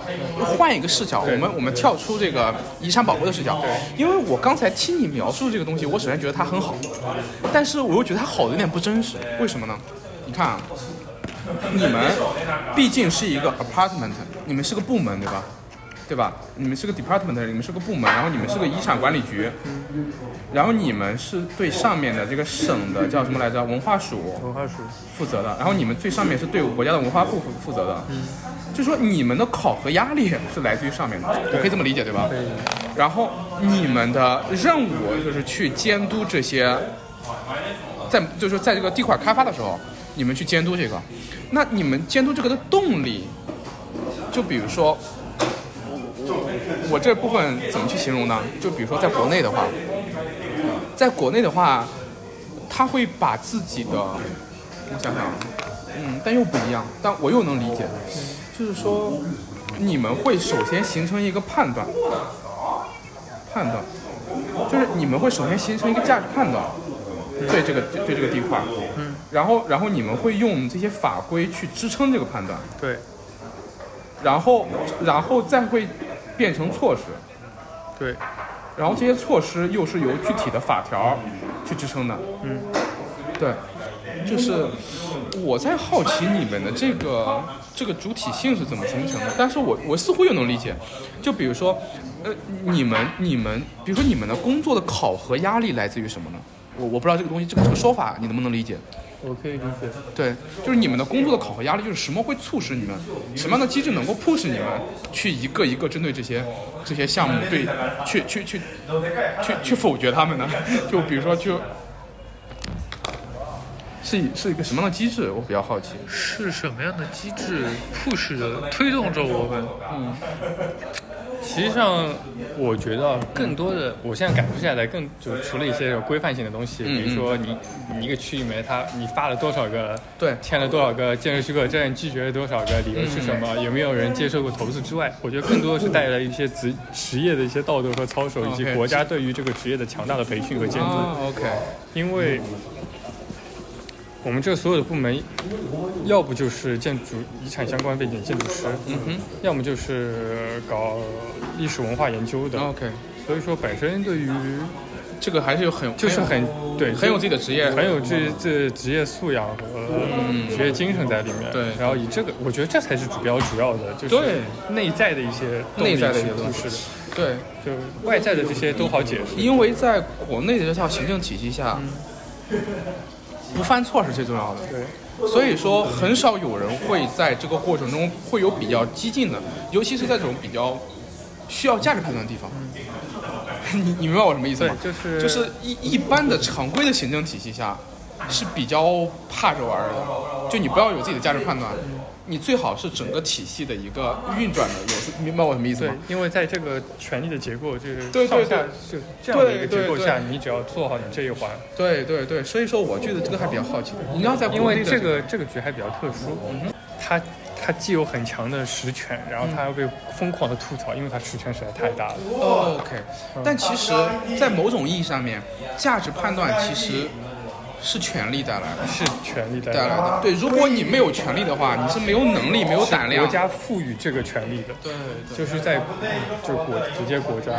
Speaker 1: 换一个视角，
Speaker 2: 对
Speaker 1: 我们我们跳出这个遗产保护的视角，因为我刚才听你描述这个东西，我首先觉得它很好，但是我又觉得它好的有点不真实，为什么呢？你看啊，你们毕竟是一个 apartment，你们是个部门对吧？对吧？你们是个 department，你们是个部门，然后你们是个遗产管理局，
Speaker 2: 嗯
Speaker 1: 然后你们是对上面的这个省的叫什么来着？文化署，
Speaker 2: 文化署
Speaker 1: 负责的，然后你们最上面是对我国家的文化部负负责的，就说你们的考核压力是来自于上面的，我可以这么理解对吧？然后你们的任务就是去监督这些，在就是说在这个地块开发的时候，你们去监督这个，那你们监督这个的动力，就比如说。我我这部分怎么去形容呢？就比如说，在国内的话，在国内的话，他会把自己的我想想，嗯，但又不一样，但我又能理解，就是说，你们会首先形成一个判断，判断，就是你们会首先形成一个价值判断，对这个对这个地块，嗯，然后然后你们会用这些法规去支撑这个判断，
Speaker 2: 对
Speaker 1: 然后然后再会变成措施，
Speaker 2: 对，
Speaker 1: 然后这些措施又是由具体的法条去支撑的。
Speaker 2: 嗯，
Speaker 1: 对，就是我在好奇你们的这个这个主体性是怎么形成的，但是我我似乎又能理解，就比如说，呃，你们你们，比如说你们的工作的考核压力来自于什么呢？我我不知道这个东西，这个这个说法你能不能理解？
Speaker 2: 我可以理解。
Speaker 1: 对，就是你们的工作的考核压力，就是什么会促使你们，什么样的机制能够迫使你们去一个一个针对这些这些项目，对，去去去去去否决他们呢？ 就比如说就，是以是一个什么样的机制？我比较好奇。
Speaker 3: 是什么样的机制促使着、推动着我们？
Speaker 2: 实际上，我觉得啊更多的，我现在感受下来更，就除了一些有规范性的东西，
Speaker 1: 嗯
Speaker 2: 比如说你你一个区里面它你发了多少个，
Speaker 1: 对
Speaker 2: 签了多少个建设许可证，拒绝了多少个，理由是什么，
Speaker 1: 嗯
Speaker 2: 有没有人接受过投诉之外，我觉得更多的是带来一些职职业的一些道德和操守，以及
Speaker 1: 哦 OK
Speaker 2: 国家对于这个职业的强大的培训和监督。
Speaker 1: 啊，OK，
Speaker 2: 因为我们这所有的部门，要不就是建筑遗产相关背景建筑师，嗯
Speaker 1: 哼，
Speaker 2: 要么就是搞历史文化研究的，
Speaker 1: ，OK，
Speaker 2: 所以说本身对于
Speaker 1: 这个还是有很
Speaker 2: 就是很对
Speaker 1: 很有自己的职业嗯
Speaker 2: 很有这这职业素养和职业精神在里面。
Speaker 1: 对
Speaker 2: 然后以这个，我觉得这才是主标主要的，就是
Speaker 1: 对
Speaker 2: 内在的一些动力
Speaker 1: 内在的一
Speaker 2: 去
Speaker 1: 些东
Speaker 2: 促
Speaker 1: 西
Speaker 2: 使的，
Speaker 1: 对，
Speaker 2: 就外在的这些都好解释。
Speaker 1: 因为在国内的这套行政体系下，
Speaker 2: 嗯
Speaker 1: 不犯错是最重要的。
Speaker 2: 对。
Speaker 1: 所以说，很少有人会在这个过程中会有比较激进的，尤其是在这种比较需要价值判断的地方。 你你明白我什么意思
Speaker 2: 对
Speaker 1: 吗，？
Speaker 2: 就是
Speaker 1: 嗯就是一一般的常规的行政体系下是比较怕这玩意儿的，就你不要有自己的价值判断，你最好是整个体系的一个运转的，有明白我什么意思
Speaker 2: 对
Speaker 1: 吗？，
Speaker 2: 因为在这个权力的结构就是
Speaker 1: 对对
Speaker 2: 上下
Speaker 1: 对
Speaker 2: 就这样的一
Speaker 1: 对
Speaker 2: 个
Speaker 1: 对
Speaker 2: 结构
Speaker 1: 对
Speaker 2: 下，你只要做好你这一环，
Speaker 1: 对对对，所以说我觉得这个还比较好奇。你要在
Speaker 2: 因
Speaker 1: 国内
Speaker 2: 为
Speaker 1: 嗯的嗯
Speaker 2: 这个这个局还比较特殊，它它既有很强的实权，然后
Speaker 1: 嗯
Speaker 2: 它又被疯狂的吐槽，因为它实权实在太大了。
Speaker 1: 哦 OK，但
Speaker 2: 嗯
Speaker 1: 其实，在某种意义上面，价值判断其实是权力带来的，
Speaker 2: 是权力带
Speaker 1: 带来
Speaker 2: 的，
Speaker 1: 的。对，啊如果你没有权力的话，你是没有能力、没有胆量
Speaker 2: 国。家赋予这个权力的，
Speaker 1: 对对，
Speaker 2: 就是在就国直接国家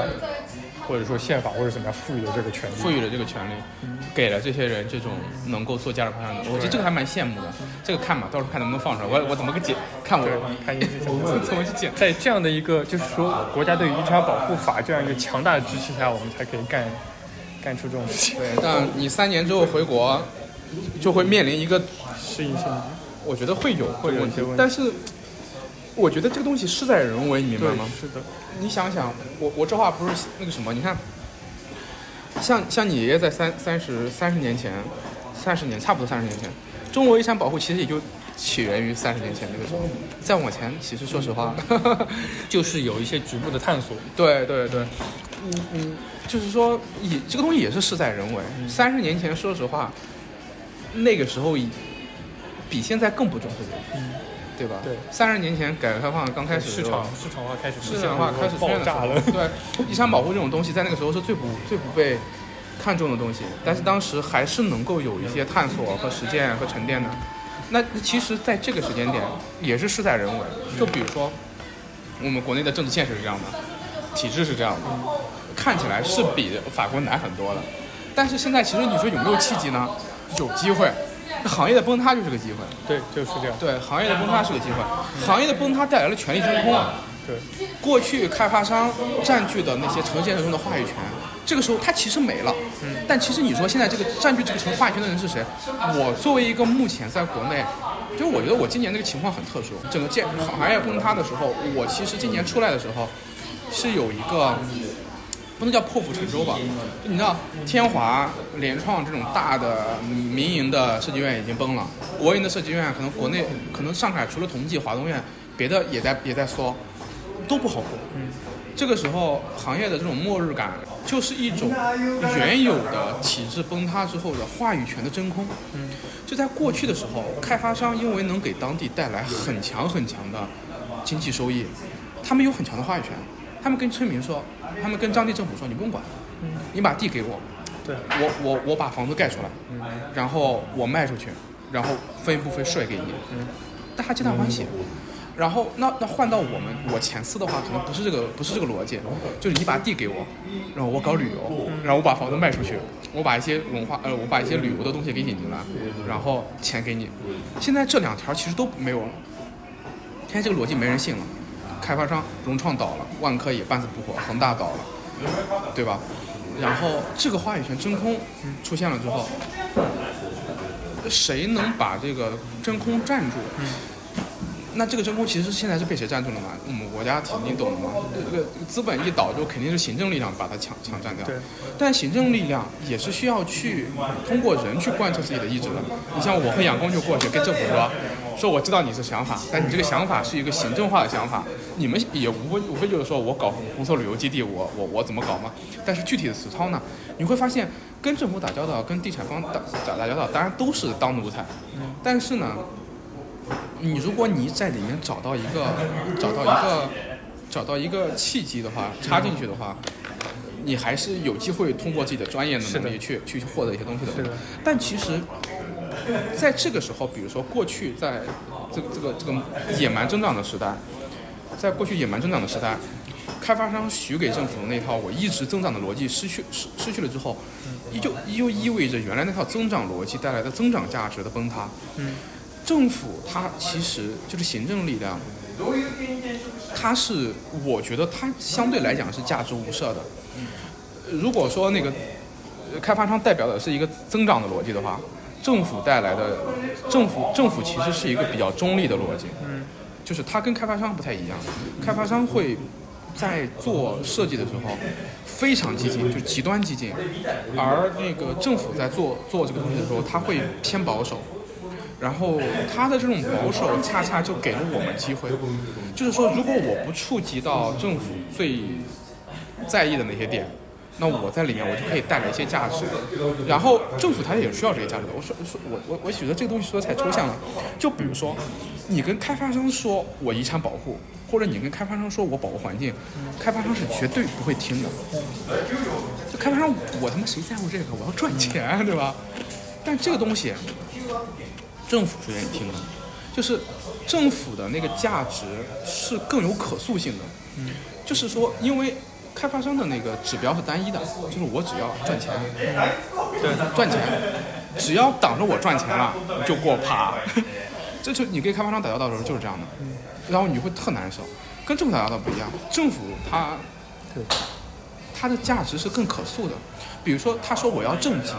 Speaker 2: 或者说宪法或者怎么样赋予的这个权
Speaker 1: 赋
Speaker 2: 利。
Speaker 1: 予了这个权利，
Speaker 2: 嗯
Speaker 1: 给了这些人这种能够做价值判断的，我觉得这个还蛮羡慕的。这个看吧，到时候看能不能放出来。我我怎么个解？看我
Speaker 2: 对，看你是怎么
Speaker 1: 我怎么去解？
Speaker 2: 在这样的一个就是说国家对于遗产保护法这样一个强大的支持下，我们才可以干干出这种事情，
Speaker 1: 对，但你三年之后回国，就会面临一个
Speaker 2: 适应性。
Speaker 1: 我觉得会有会有问
Speaker 2: 有
Speaker 1: 题
Speaker 2: 一些问题，
Speaker 1: 但是我觉得这个东西事在人为，你明白吗？
Speaker 2: 是的，
Speaker 1: 你想想，我我这话不是那个什么，你看，像像你爷爷在三三十三十年前，三十年差不多三十年前，中国遗产保护其实也就起源于三十年前那个时候，再往前其实说实话，
Speaker 2: 就是有一些局部的探索。
Speaker 1: 对对对，嗯嗯，就是说也这个东西也是事在人为。
Speaker 2: 嗯
Speaker 1: 三十年前，说实话，那个时候已比现在更不重视这个，
Speaker 2: 嗯
Speaker 1: 对吧？
Speaker 2: 对
Speaker 1: 三十年前改革开放刚开始的时
Speaker 2: 市
Speaker 1: 候
Speaker 2: 场市场化开始出
Speaker 1: 市
Speaker 2: 现
Speaker 1: 场化开始出现
Speaker 2: 爆
Speaker 1: 的时
Speaker 2: 炸
Speaker 1: 候
Speaker 2: 了，
Speaker 1: 对，遗产保护这种东西在那个时候是最不最不被看重的东西，但是当时还是能够有一些探索和实践和沉淀的。那其实，在这个时间点也是事在人为。
Speaker 2: 嗯
Speaker 1: 就比如说，我们国内的政治现实是这样的，体制是这样的，
Speaker 2: 嗯
Speaker 1: 看起来是比法国难很多的。但是现在，其实你说有没有契机呢？有机会，行业的崩塌就是个机会。
Speaker 2: 对，就是这样。
Speaker 1: 对，行业的崩塌是个机会，行业的崩塌带来了权力真空啊。
Speaker 2: 对，
Speaker 1: 过去开发商占据的那些城市建设中的话语权，这个时候它其实没了。嗯。但其实你说现在这个占据这个城话语权的人是谁？我作为一个目前在国内，就我觉得我今年这个情况很特殊，整个建行业崩塌的时候，我其实今年出来的时候是有一个。不能叫破釜沉舟吧？就你知道，天华、联创这种大的民营的设计院已经崩了，国营的设计院可能国内可能上海除了同济、华东院，别的也在也在缩，都不好过。
Speaker 2: 嗯，
Speaker 1: 这个时候行业的这种末日感，就是一种原有的体制崩塌之后的话语权的真空。
Speaker 2: 嗯，
Speaker 1: 就在过去的时候，开发商因为能给当地带来很强很强的经济收益，他们有很强的话语权。他们跟村民说，他们跟当地政府说，你不用管，你把地给我，
Speaker 2: 对，
Speaker 1: 我我我把房子盖出来，然后我卖出去，然后分一部分税给你，大家皆大欢喜。然后那那换到我们我前四的话，可能不是这个不是这个逻辑，就是你把地给我，然后我搞旅游，然后我把房子卖出去，我把一些文化呃我把一些旅游的东西给你进来，然后钱给你。现在这两条其实都没有了，现在这个逻辑没人信了，开发商融创倒了，万科也半死不活，恒大倒了，对吧？然后这个话语权真空出现了之后，谁能把这个真空占住？那这个真空其实现在是被谁占住了嘛？我们国家体，你懂的吗？这个资本一倒，就肯定是行政力量把它抢抢占掉
Speaker 2: 对。
Speaker 1: 但行政力量也是需要去通过人去贯彻自己的意志的。你像我和杨工就过去跟政府说，说我知道你这想法，但你这个想法是一个行政化的想法，你们也无非无非就是说我搞红色旅游基地，我我我怎么搞嘛？但是具体的实操呢，你会发现跟政府打交道，跟地产方打打打交道，当然都是当奴才，但是呢。你如果你在里面找到一个 找到一个找到一个契机的话，插进去的话，你还是有机会通过自己的专业的
Speaker 2: 是的
Speaker 1: 能力去去获得一些东西的。
Speaker 2: 是的
Speaker 1: 但其实，在这个时候，比如说过去在这个这个这个野蛮增长的时代，在过去野蛮增长的时代，开发商许给政府的那套我一直增长的逻辑失去失失去了之后，
Speaker 2: 嗯
Speaker 1: 依旧依旧意味着原来那套增长逻辑带来的增长价值的崩塌。
Speaker 2: 嗯，
Speaker 1: 政府它其实就是行政力量，它是我觉得它相对来讲是价值无涉的。如果说那个呃开发商代表的是一个增长的逻辑的话，政府带来的政府政府其实是一个比较中立的逻辑，
Speaker 2: 嗯，
Speaker 1: 就是它跟开发商不太一样，开发商会在做设计的时候非常激进，就是极端激进，而那个政府在做做这个东西的时候，它会偏保守。然后他的这种保守，恰恰就给了我们机会。就是说，如果我不触及到政府最在意的那些点，那我在里面我就可以带来一些价值。然后政府它也需要这些价值的。我说说我我我觉得这个东西说的太抽象了。就比如说，你跟开发商说我遗产保护，或者你跟开发商说我保护环境，开发商是绝对不会听的。就开发商，我他妈谁在乎这个？我要赚钱，对吧？但这个东西，政府是愿意听的，就是政府的那个价值是更有可塑性的。就是说，因为开发商的那个指标是单一的，就是我只要赚钱，对，赚钱，只要挡着我赚钱了，你就给我爬。 这就你跟开发商打交道的时候就是这样的，然后你会特难受。跟政府打交道不一样，政府它
Speaker 2: 对，
Speaker 1: 它的价值是更可塑的。比如说，他说我要政绩，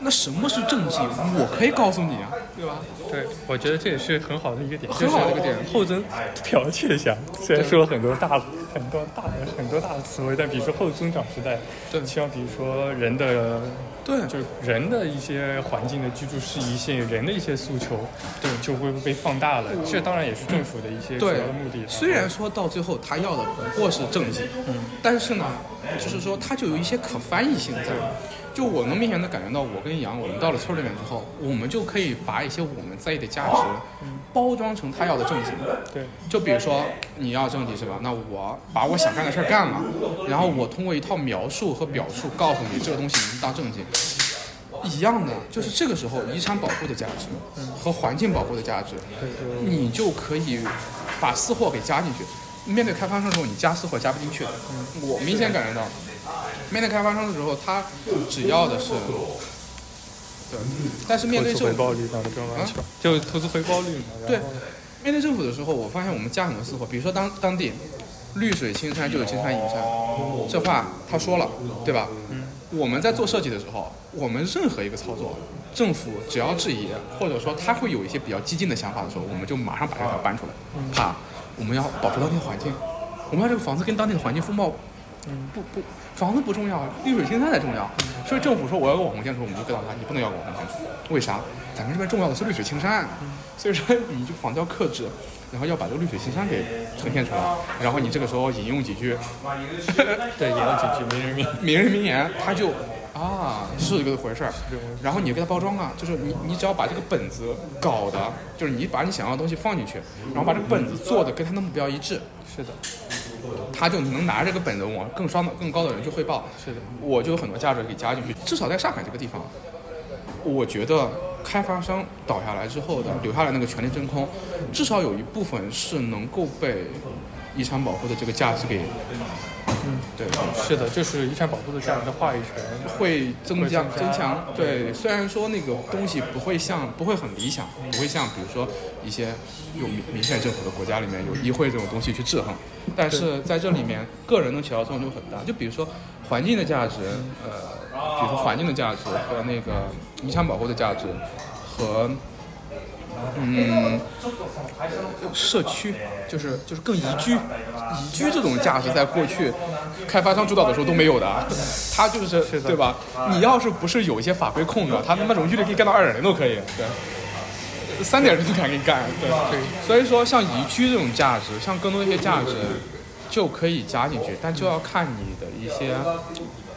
Speaker 1: 那什么是政绩？我可以告诉你啊，对吧？
Speaker 2: 对，我觉得这也是很好的一个点，
Speaker 1: 很好的一个点
Speaker 2: 就是 后增剽窃一下，虽然说了很多大、很多大的、很多大的词汇，但比如说后增长时代，
Speaker 1: 对
Speaker 2: 希望比如说人的，
Speaker 1: 对，
Speaker 2: 就是人的一些环境的居住适宜性、人的一些诉求，对，就会被放大了。这当然也是政府的一些主要
Speaker 1: 对
Speaker 2: 的嗯目的。
Speaker 1: 虽然说到最后他要的不过是政绩，但是呢，就是说它就有一些可翻译性在。就我能明显的感觉到，我跟杨，我们到了村里面之后，我们就可以把一些我们在意的价值
Speaker 2: 嗯
Speaker 1: 包装成他要的政绩。
Speaker 2: 对，
Speaker 1: 就比如说你要政绩是吧？那我把我想干的事儿干了，然后我通过一套描述和表述告诉你这个东西你当政绩。一样的，就是这个时候遗产保护的价
Speaker 2: 嗯
Speaker 1: 值和环境保护的价值，你就可以把私货给加进去。面对开发商的时候，你加私货加不进去的。我明显感觉到，面对开发商的时候，他只要的是，对，但是面对
Speaker 2: 投资
Speaker 1: 政
Speaker 2: 回
Speaker 1: 府
Speaker 2: 报率上的更完
Speaker 1: 啊
Speaker 2: 全，就投资回报率嘛。然
Speaker 1: 对
Speaker 2: 后，
Speaker 1: 面对政府的时候，我发现我们加很多私货，比如说当当地绿水青山就有青山银山，这话他说了，对吧？我们在做设计的时候，我们任何一个操作，政府只要质疑，或者说他会有一些比较激进的想法的时候，我们就马上把这条搬出来，啪，我们要保持当地的环境，我们要这个房子跟当地的环境风貌不不，房子不重要，绿水青山才重要。所以政府说我要个网红建筑，我们就告诉他你不能要个网红建筑，为啥？咱们这边重要的是绿水青山，啊所以说你就仿照克制，然后要把这个绿水青山给呈现出来，然后你这个时候引用几句
Speaker 2: 对，也要几句没人民。
Speaker 1: 名人名言，他就啊是这个回事儿。然后你给他包装啊，就是你你只要把这个本子搞的，就是你把你想要的东西放进去，然后把这个本子做的跟他的目标一致，
Speaker 2: 是的，
Speaker 1: 他就能拿这个本子往更上的更高的人去汇报。
Speaker 2: 是的，
Speaker 1: 我就有很多价值给加进去。至少在上海这个地方，我觉得开发商倒下来之后的留下来那个权利真空，至少有一部分是能够被遗产保护的这个价值给，对，
Speaker 2: 是的，就是遗产保护的这样的话语权。
Speaker 1: 会增加
Speaker 2: 会增加
Speaker 1: 增强。对，虽然说那个东西不会像不会很理想，不会像比如说一些有民民选政府的国家里面有议会这种东西去制衡，但是在这里面个人能起到作用就很大。就比如说环境的价值，呃，比如说环境的价值和那个遗产保护的价值和。嗯，社区就是就是更宜居，宜居这种价值在过去开发商主导的时候都没有的啊，他就是
Speaker 2: 是的
Speaker 1: 对吧？你要是不是有一些法规控制，他他妈容积率可以干到二点零都可以，对，三点零都敢给你干，对对。所以说，像宜居这种价值，像更多一些价值，就可以加进去，但就要看你的一些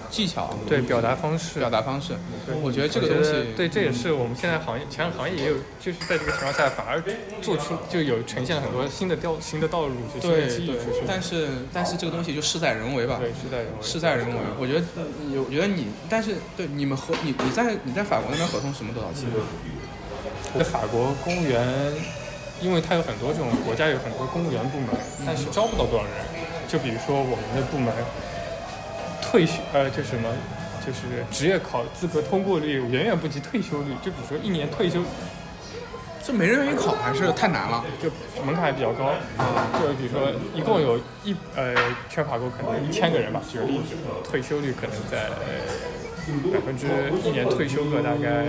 Speaker 1: 技巧、
Speaker 2: 对表达方式，
Speaker 1: 表达方式。啊我觉得这个
Speaker 2: 我觉
Speaker 1: 东
Speaker 2: 得
Speaker 1: 西，
Speaker 2: 对，这也是我们现在行业，其他行业也有，就是在这个情况下，反而做出就有呈现很多新的道新的道路，就新
Speaker 1: 对
Speaker 2: 的技
Speaker 1: 对
Speaker 2: 术，是
Speaker 1: 但是但是这个东西就事在人为吧。
Speaker 2: 对是在
Speaker 1: 事在人为，我觉得有，我觉得你，但是对你们合你你在你在法国那边合同什么多少期？
Speaker 2: 在法国公务员，因为它有很多这种国家有很多公务员部门，但
Speaker 1: 嗯
Speaker 2: 是招不到多少人。就比如说我们的部门退休呃，就什么。就是职业考资格通过率远远不及退休率，就比如说一年退休
Speaker 1: 这没人愿意考还是太难了？
Speaker 2: 就门槛还比较高，就是比如说一共有一呃，全法国可能一千个人吧，举个例子，退休率可能在呃百分之一年退休个大概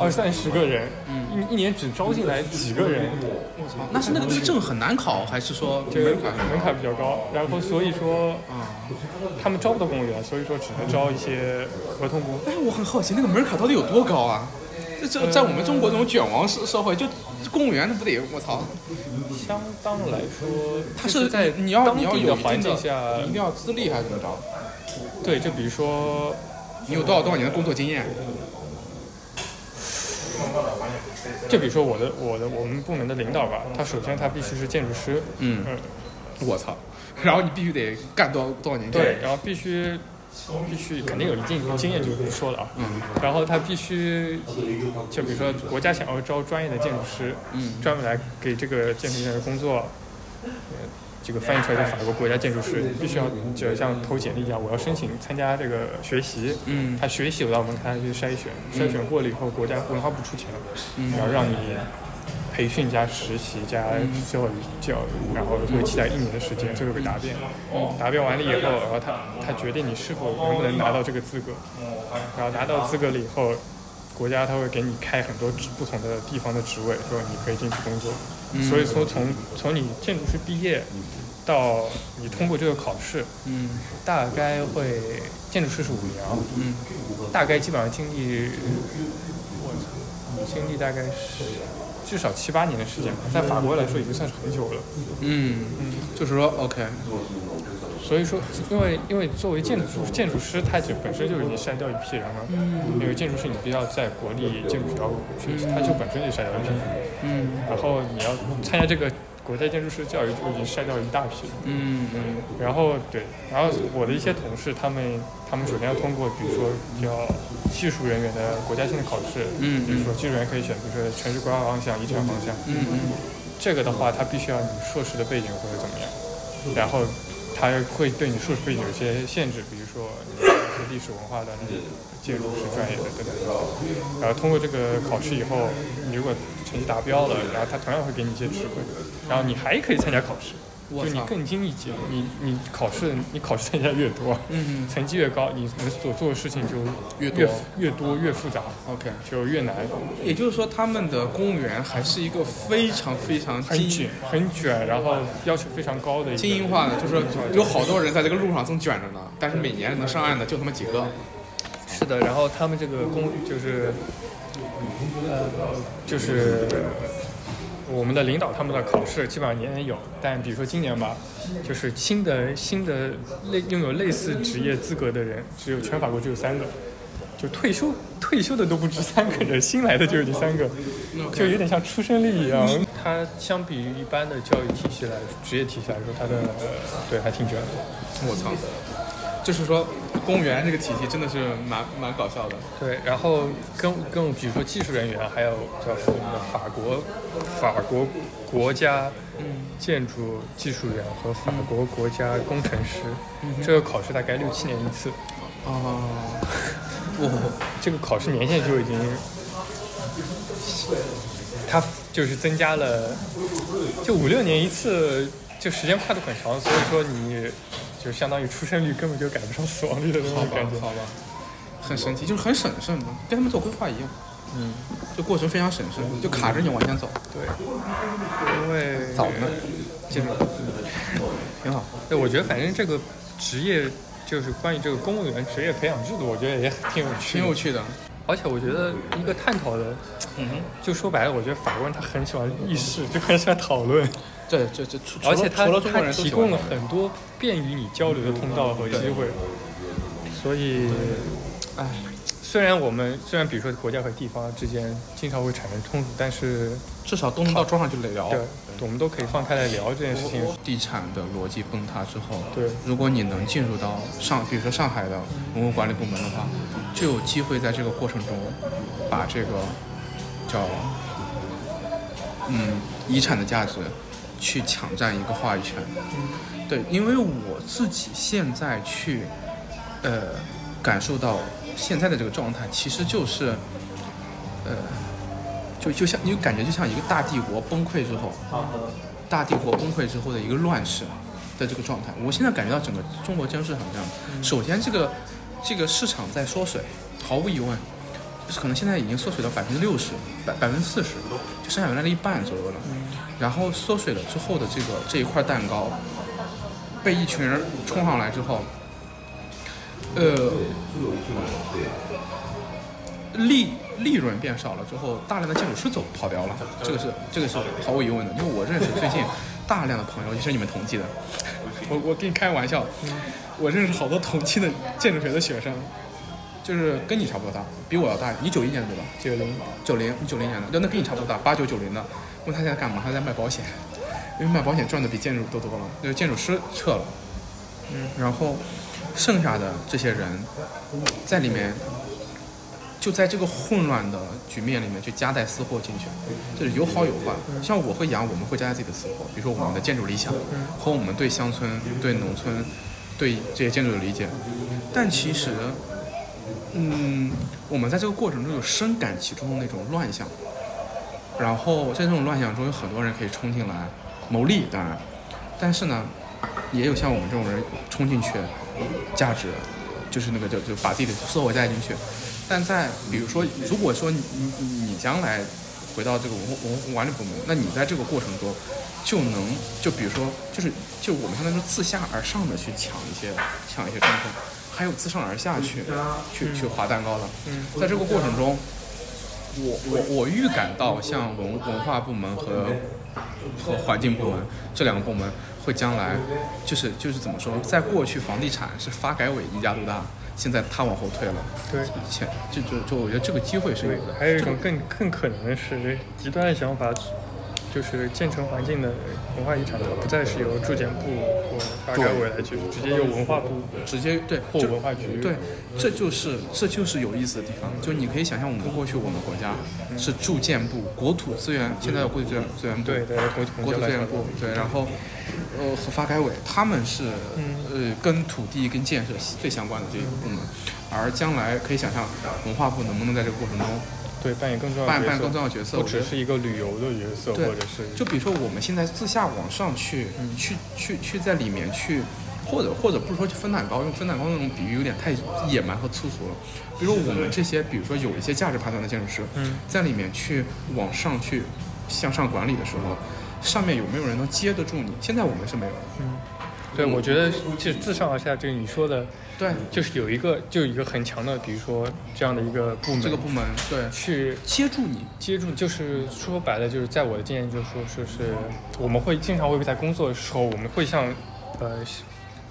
Speaker 2: 二三十个人，一一年只招进来几个人，
Speaker 1: 我操，那是那个证很难考，还是说
Speaker 2: 哦这个
Speaker 1: 门槛很
Speaker 2: 门槛比较高，嗯然后所以说
Speaker 1: 啊？
Speaker 2: 他们招不到公务员，所以说只能招一些合同工。
Speaker 1: 哎，我很好奇那个门槛到底有多高啊？这这
Speaker 2: 呃
Speaker 1: 在我们中国这种卷王社社会，就公务员那不得我操，
Speaker 2: 相当来说，
Speaker 1: 他
Speaker 2: 就是在
Speaker 1: 在你要
Speaker 2: 当
Speaker 1: 你要
Speaker 2: 地
Speaker 1: 有
Speaker 2: 的
Speaker 1: 一定
Speaker 2: 环境
Speaker 1: 的
Speaker 2: 下
Speaker 1: 你一定要资历还是怎么着？
Speaker 2: 对，就比如说，
Speaker 1: 你有多少多少年的工作经验？
Speaker 2: 就比如说我的我的我们部门的领导吧，他首先他必须是建筑师，
Speaker 1: 嗯，
Speaker 2: 嗯，
Speaker 1: 我操，然后你必须得干多少多少年？
Speaker 2: 对，，然后必须必须肯定有一定经验就不说了啊，
Speaker 1: 嗯
Speaker 2: 然后他必须就比如说国家想要招专业的建筑师，
Speaker 1: 嗯
Speaker 2: 专门来给这个建筑师工作，呃这个翻译出来叫法国国家建筑师，必须要就像投简历一样，我要申请参加这个学习。
Speaker 1: 嗯
Speaker 2: 他学习有道门槛，他去筛选，筛选过了以后，国家文化部出钱，
Speaker 1: 嗯
Speaker 2: 然后让你培训加实习加教育教育，然后会期待一年的时间，最后给答辩。嗯答辩完了以后，然后他他决定你是否能不能拿到这个资格，然后拿到资格了以后。国家他会给你开很多职不同的地方的职位，说你可以进去工作。所以说从从你建筑师毕业到你通过这个考试，
Speaker 1: 嗯
Speaker 2: 大概会建筑师是五年啊，
Speaker 1: 嗯，
Speaker 2: 大概基本上经历，我操，经历大概是至少七八年的时间吧，在法国来说已经算是很久了。
Speaker 1: 嗯，就是说 OK，
Speaker 2: 所以说，因为因为作为建筑师建筑师，他就本身就已经筛掉一批人了。因为建筑师你必须要在国立建筑学校学习，他就本身就筛掉一批人，
Speaker 1: 嗯
Speaker 2: 然后你要参加这个国家建筑师教育，就已经筛掉一大批人。
Speaker 1: 嗯嗯
Speaker 2: 然后对，然后我的一些同事，他们他们首先要通过，比如说比较技术人员的国家性的考试，
Speaker 1: 嗯
Speaker 2: 比如说技术人员可以选，比如说城市规划方向、遗产方向，
Speaker 1: 嗯嗯，
Speaker 2: 这个的话，他必须要你硕士的背景或者怎么样，
Speaker 1: 嗯
Speaker 2: 然后他会对你硕士背景有些限制，比如说你是历史文化的那个建筑师专业的等等等等。然后通过这个考试以后，你如果成绩达标了，然后他同样会给你一些职位，然后你还可以参加考试。
Speaker 1: 我
Speaker 2: 就你
Speaker 1: 操，
Speaker 2: 更精一级，你你考试你考试参加越多，
Speaker 1: 嗯
Speaker 2: 成绩越高，你能所做的事情就
Speaker 1: 越
Speaker 2: 越
Speaker 1: 多
Speaker 2: 越多越复杂，
Speaker 1: OK，
Speaker 2: 就越难，
Speaker 1: 也就是说他们的公务员还是一个非常非常
Speaker 2: 很
Speaker 1: 精
Speaker 2: 卷很卷，然后要求非常高的一个嗯
Speaker 1: 精英化的，就是有好多人在这个路上正卷着呢，但是每年能上岸的就他妈几个。
Speaker 2: 是的，然后他们这个公就是，呃，就是我们的领导他们的考试基本上年年有，但比如说今年吧，就是新的新的类拥有类似职业资格的人，只有全法国只有三个，就退休退休的都不止三个人，新来的就已经三个，就有点像出生率一样。它相比于一般的教育体系来职业体系来说，它的呃对还挺卷的。
Speaker 1: 我操，就是说公务员这个体系真的是蛮蛮搞笑的。
Speaker 2: 对，然后跟跟比如说技术人员，还有叫什么法国法国国家
Speaker 1: 嗯
Speaker 2: 建筑技术员和法国国家工程师，
Speaker 1: 嗯
Speaker 2: 这个考试大概六七年一次，
Speaker 1: 哦，我
Speaker 2: 这个考试年限就已经，它就是增加了，就五六年一次，就时间跨度很长，所以说你就相当于出生率根本就赶不上死亡率的那
Speaker 1: 好
Speaker 2: 种
Speaker 1: 吧
Speaker 2: 感觉。
Speaker 1: 好吧，很神奇，就是很审慎嘛，跟他们做规划一样，
Speaker 2: 嗯，
Speaker 1: 就过程非常审慎，就卡着你往前走，
Speaker 2: 对，因为
Speaker 1: 早呢，接着挺好。
Speaker 2: 对，我觉得反正这个职业就是关于这个公务员职业培养制度，我觉得也挺有趣
Speaker 1: 挺
Speaker 2: 的。
Speaker 1: 有趣的，
Speaker 2: 而且我觉得一个探讨的，
Speaker 1: 嗯，
Speaker 2: 就说白了，我觉得法国人他很喜欢议事，就很喜欢讨论，
Speaker 1: 对，这这除除
Speaker 2: 而
Speaker 1: 了
Speaker 2: 且他
Speaker 1: 除了中国
Speaker 2: 他
Speaker 1: 人都
Speaker 2: 提
Speaker 1: 喜欢
Speaker 2: 供了很多便于你交流的通道和机会，所以。唉，虽然我们虽然比如说国家和地方之间经常会产生冲突，但是
Speaker 1: 至少都能到桌上去聊。
Speaker 2: 对，我们都可以放开来聊这件事情。
Speaker 1: 地产的逻辑崩塌之后，
Speaker 2: 对
Speaker 1: 如果你能进入到上，比如说上海的文物管理部门的话，就有机会在这个过程中，把这个叫嗯遗产的价值去抢占一个话语权。对，因为我自己现在去呃感受到现在的这个状态，其实就是呃就就像你感觉就像一个大帝国崩溃之后。大帝国崩溃之后的一个乱世啊的这个状态。我现在感觉到整个中国建筑市场这样，首先这个这个市场在缩水，毫无疑问，可能现在已经缩水到百分之六十、百百分之四十，就剩下原来的一半左右了。然后缩水了之后的这个这一块蛋糕，被一群人冲上来之后，呃，利利润变少了之后，大量的建筑师走跑掉了，这个是这个是毫无疑问的，因为我认识最近大量的朋友，也是你们同 济的，我我跟你开个玩笑，我认识好多同济的建筑学的学生，就是跟你差不多大，比我要大，你九一年的对吧？
Speaker 2: 九零，
Speaker 1: 九零，你九零年的，就那跟你差不多大，八九九零的。问他现在干嘛？他在卖保险，因为卖保险赚的比建筑都多了。就是建筑师撤了，
Speaker 2: 嗯，
Speaker 1: 然后剩下的这些人在里面，就在这个混乱的局面里面去夹带私货进去，就是有好有坏。像我和杨，我们会夹带自己的私货，比如说我们的建筑理想和我们对乡村、对农村、对这些建筑的理解，但其实。嗯，我们在这个过程中有深感其中的那种乱象，然后在这种乱象中有很多人可以冲进来谋利，当然，但是呢，也有像我们这种人冲进去，价值就是那个就就把自己的生活带进去，但在比如说，如果说你你你你将来回到这个文化文化管理部门，那你在这个过程中就能就比如说就是就我们相当于说自下而上的去抢一些抢一些中锋，还有自上而下去去去划蛋糕的，
Speaker 2: 嗯
Speaker 1: 在这个过程中。我我我预感到，像文文化部门和和环境部门这两个部门会将来就是就是怎么说，在过去房地产是发改委一家独大，现在他往后退了，
Speaker 2: 对。
Speaker 1: 前就就就我觉得这个机会是有
Speaker 2: 对
Speaker 1: 的，，
Speaker 2: 还有一
Speaker 1: 这个
Speaker 2: 种更更可能的是，这极端的想法，就是建成环境的文化遗产，它不再是由住建部或发改委来去，直接由文化部
Speaker 1: 直接对
Speaker 2: 或
Speaker 1: 就
Speaker 2: 文化局
Speaker 1: 对，这就是这就是有意思的地方，就你可以想象我们过去我们国家是住建部、国土资源，现在有国土资源资源部，
Speaker 2: 对对国土
Speaker 1: 国土资源部，对，然后呃和发改委他们是呃跟土地跟建设最相关的这一个部门，而将来可以想象文化部能不能在这个过程中
Speaker 2: 对扮演更重要的
Speaker 1: 扮
Speaker 2: 角色，
Speaker 1: 扮更重要的角色，
Speaker 2: 不
Speaker 1: 我觉
Speaker 2: 只
Speaker 1: 得
Speaker 2: 是一个旅游的角色，
Speaker 1: 对
Speaker 2: 或者是
Speaker 1: 就比如说我们现在自下往上去，
Speaker 2: 嗯
Speaker 1: 去去去在里面去，或者或者不是说去分蛋糕，用分蛋糕那种比喻有点太野蛮和粗俗了。比如我们这些，比如说有一些价值判断的建筑师，
Speaker 2: 嗯
Speaker 1: 在里面去往上去向上管理的时候，上面有没有人能接得住你？现在我们是没有的。
Speaker 2: 对，我觉得就是自上而下，这个你说的，
Speaker 1: 对，
Speaker 2: 就是有一个就有一个很强的，比如说这样的一个部门，
Speaker 1: 这个部门对
Speaker 2: 去
Speaker 1: 接住你，
Speaker 2: 接住，就是说白了，就是在我的经验，就是说，就是我们会经常会在工作的时候，我们会向呃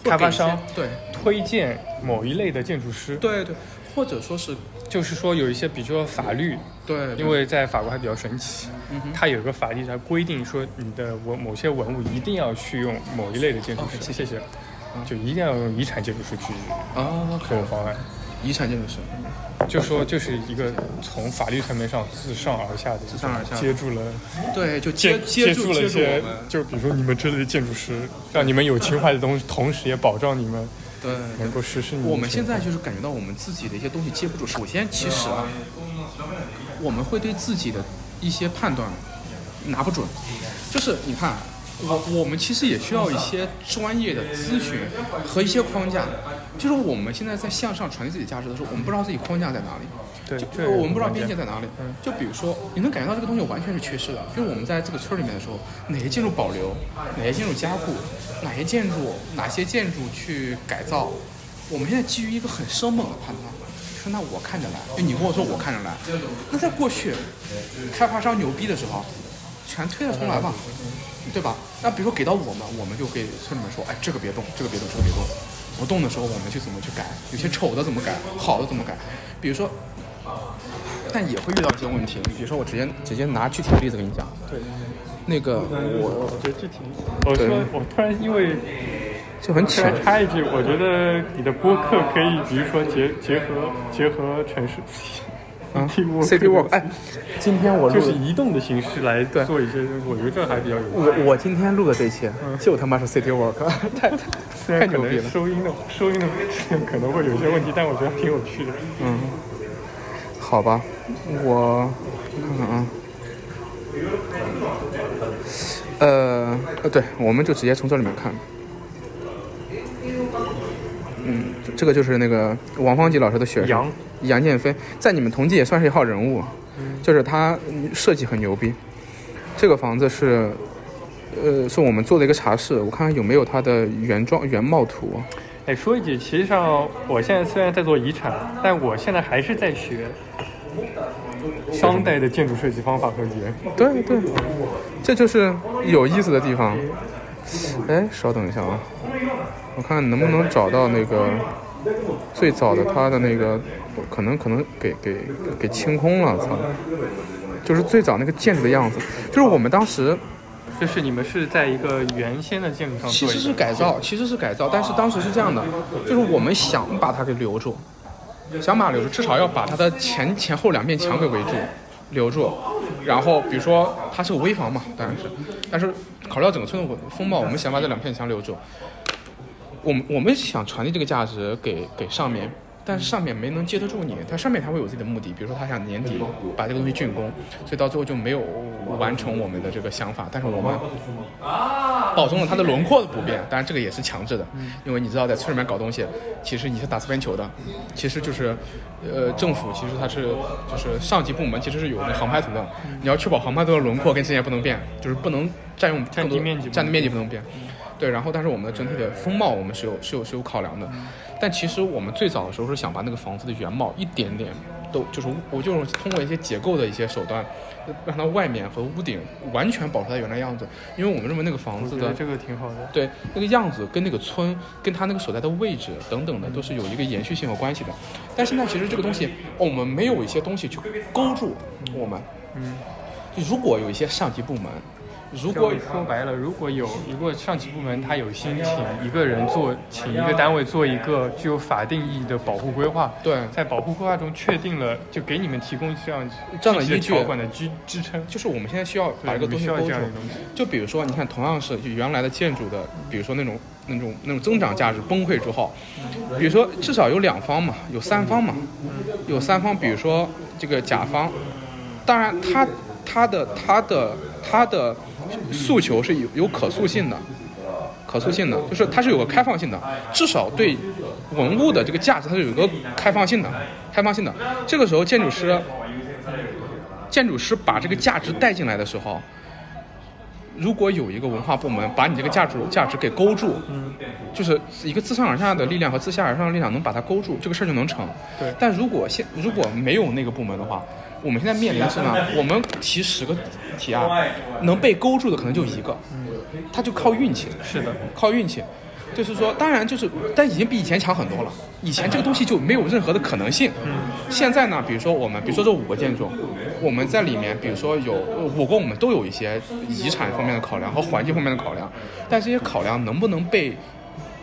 Speaker 2: 开发商
Speaker 1: 或者给一些
Speaker 2: 推荐某一类的建筑师，
Speaker 1: 对对对，或者说是
Speaker 2: 就是说有一些，比如说法律，
Speaker 1: 对，
Speaker 2: 呃因为在法国还比较神奇，
Speaker 1: 嗯哼
Speaker 2: 它有一个法律，它规定说你的文某些文物一定要去用某一类的建筑
Speaker 1: OK，
Speaker 2: 师，
Speaker 1: 谢
Speaker 2: 谢谢，就一定要用遗产建筑师去
Speaker 1: 啊，
Speaker 2: 做方案。
Speaker 1: 遗产建筑师，
Speaker 2: 就说就是一个从法律层面上自上而下的，自
Speaker 1: 上而下
Speaker 2: 接住了
Speaker 1: 对，就
Speaker 2: 接
Speaker 1: 接
Speaker 2: 接
Speaker 1: 住
Speaker 2: 住了一
Speaker 1: 接
Speaker 2: 些
Speaker 1: 住我们，，
Speaker 2: 就比如说你们这类建筑师，让你们有情怀的东西，同时也保障你们
Speaker 1: 对，对
Speaker 2: 能够实施你
Speaker 1: 我们现
Speaker 2: 在
Speaker 1: 在就是感觉到我们自己的一些东西接不住。首先，其实啊，我们会对自己的一些判断拿不准。就是你看，我我们其实也需要一些专业的咨询和一些框架。就是我们现在在向上传递自己价值的时候，我们不知道自己框架在哪里。
Speaker 2: 对嗯
Speaker 1: 就
Speaker 2: 这个
Speaker 1: 我们不知道
Speaker 2: 很
Speaker 1: 边界在哪里。就比如说，你能感觉到这个东西完全是缺失的。就是我们在这个村儿里面的时候，哪些建筑保留，哪些建筑加固，哪些建筑哪些建筑去改造，我们现在基于一个很生猛的判断。说那我看着来，就你跟我说我看着来，那在过去，开发商牛逼的时候，全推了重来吧，对吧？那比如说给到我们，我们就给村里面说，哎，这个别动，这个别动，这个别动。不动的时候，我们去怎么去改？有些丑的怎么改？好的怎么改？比如说但也会遇到一些问题。比如说，我直接直接拿具体的例子跟你讲。
Speaker 2: 对，
Speaker 1: 那个我
Speaker 2: 我觉得这挺，我说我突然因为
Speaker 1: 就很
Speaker 2: 突
Speaker 1: 巧，
Speaker 2: 然插一句，我觉得你的播客可以，比如说结结合结合城市。
Speaker 1: 嗯
Speaker 2: City walk
Speaker 1: ，City Walk，哎，今天我
Speaker 2: 就
Speaker 1: 录
Speaker 2: 是
Speaker 1: 的，
Speaker 2: 移动的形式来做一些，我觉得这还比较有意思。
Speaker 1: 我我今天录的这期，就他妈是 City Walk，太 太太
Speaker 2: 虽嗯然可
Speaker 1: 牛逼了
Speaker 2: 能。收音的收音的 可能会有些问题，但我觉得挺有趣的。
Speaker 1: 好吧，我看看啊。呃，呃，对，我们就直接从这里面看。嗯，这个就是那个王方吉老师的学生
Speaker 2: 杨
Speaker 1: 杨建飞，在你们同济也算是一号人物，啊就是他嗯设计很牛逼。这个房子是，呃，是我们做的一个茶室，我看看有没有它的原状原貌图啊。
Speaker 2: 哎，说一句，其实上我现在虽然在做遗产，但我现在还是在学商代的建筑设计方法和语言。
Speaker 1: 对对，这就是有意思的地方。哎，稍等一下啊，我看能不能找到那个最早的他的那个，可能可能给给给清空了，操！就是最早那个建筑的样子，就是我们当时
Speaker 2: 就是你们是在一个原先的建筑上
Speaker 1: 其
Speaker 2: 做
Speaker 1: 实
Speaker 2: 一
Speaker 1: 是
Speaker 2: 个，
Speaker 1: 改造，其实是改造，但是当时是这样的，就是我们想把它给留住，想把它留住，至少要把它的前前后两面墙给围住，留住。然后比如说它是个危房嘛，当然是，但是考虑到整个村落风貌，我们想把这两片墙留住。我们我们想传递这个价值给给上
Speaker 2: 嗯
Speaker 1: 面，但是上面没能接得住你，它上面它会有自己的目的，比如说他想年底把这个东西竣工，所以到最后就没有完成我们的这个想法，但是我们
Speaker 2: 啊
Speaker 1: 保证了它的轮廓的不变，当然这个也是强制的，因为你知道在村里面搞东西，其实你是打擦边球的，其实就是，呃，政府其实它是就是上级部门其实是有那航拍图的，
Speaker 2: 嗯
Speaker 1: 你要确保航拍图的轮廓跟之前不能变，就是不能占用
Speaker 2: 占
Speaker 1: 更
Speaker 2: 地
Speaker 1: 多
Speaker 2: 面积不能
Speaker 1: 占地面积不能变，对，然后但是我们的整体的风貌我们是有是有是有考量的，但其实我们最早的时候是想把那个房子的原貌一点点都就是我就是通过一些结构的一些手段，让它外面和屋顶完全保持它原来样子，因为我们认为那个房
Speaker 2: 我
Speaker 1: 子
Speaker 2: 觉
Speaker 1: 的
Speaker 2: 得这个挺好的。
Speaker 1: 对，那个样子跟那个村、跟他那个所在的位置等等的，都是有一个延续性和关系的。但现在其实这个东西，我们没有一些东西去勾住我们。
Speaker 2: 嗯，
Speaker 1: 就如果有一些上级部门，如
Speaker 2: 如果
Speaker 1: 果
Speaker 2: 说白了，如果有如果上级部门他有心请一个人做，请一个单位做一个具有法定意义的保护规划，
Speaker 1: 对，
Speaker 2: 在保护规划中确定了，就给你们提供这样
Speaker 1: 这样的
Speaker 2: 具体
Speaker 1: 依据
Speaker 2: 条款的支支撑，
Speaker 1: 就是我们现在需要把
Speaker 2: 对，
Speaker 1: 这个
Speaker 2: 啊你
Speaker 1: 东
Speaker 2: 们
Speaker 1: 西
Speaker 2: 需
Speaker 1: 勾
Speaker 2: 要这
Speaker 1: 住
Speaker 2: 样。的东西。
Speaker 1: 就比如说，你看，同样是就原来的建筑的，比如说那种那种那种增长价值崩溃之后，比如说至少有两方嘛，有三方嘛，有三方，比如说这个甲方，当然他他的他的他的诉求是有有可塑性的。可塑性的，就是它是有个开放性的，至少对文物的这个价值，它是有一个开放性的，开放性的。这个时候，建筑师，建筑师把这个价值带进来的时候，如果有一个文化部门把你这个价值价值给勾住，
Speaker 2: 嗯，
Speaker 1: 就是一个自上而下的力量和自下而上的力量能把它勾住，这个事儿就能成。
Speaker 2: 对
Speaker 1: 但如果现如果没有那个部门的话，我们现在面临的是呢，我们提十个提案，能被勾住的可能就一个，它就靠运气。
Speaker 2: 是的，
Speaker 1: 靠运气。就是说，当然就是，但已经比以前强很多了。以前这个东西就没有任何的可能性。现在呢，比如说我们，比如说这五个建筑，我们在里面，比如说有五个，我们都有一些遗产方面的考量和环境方面的考量，但这些考量能不能被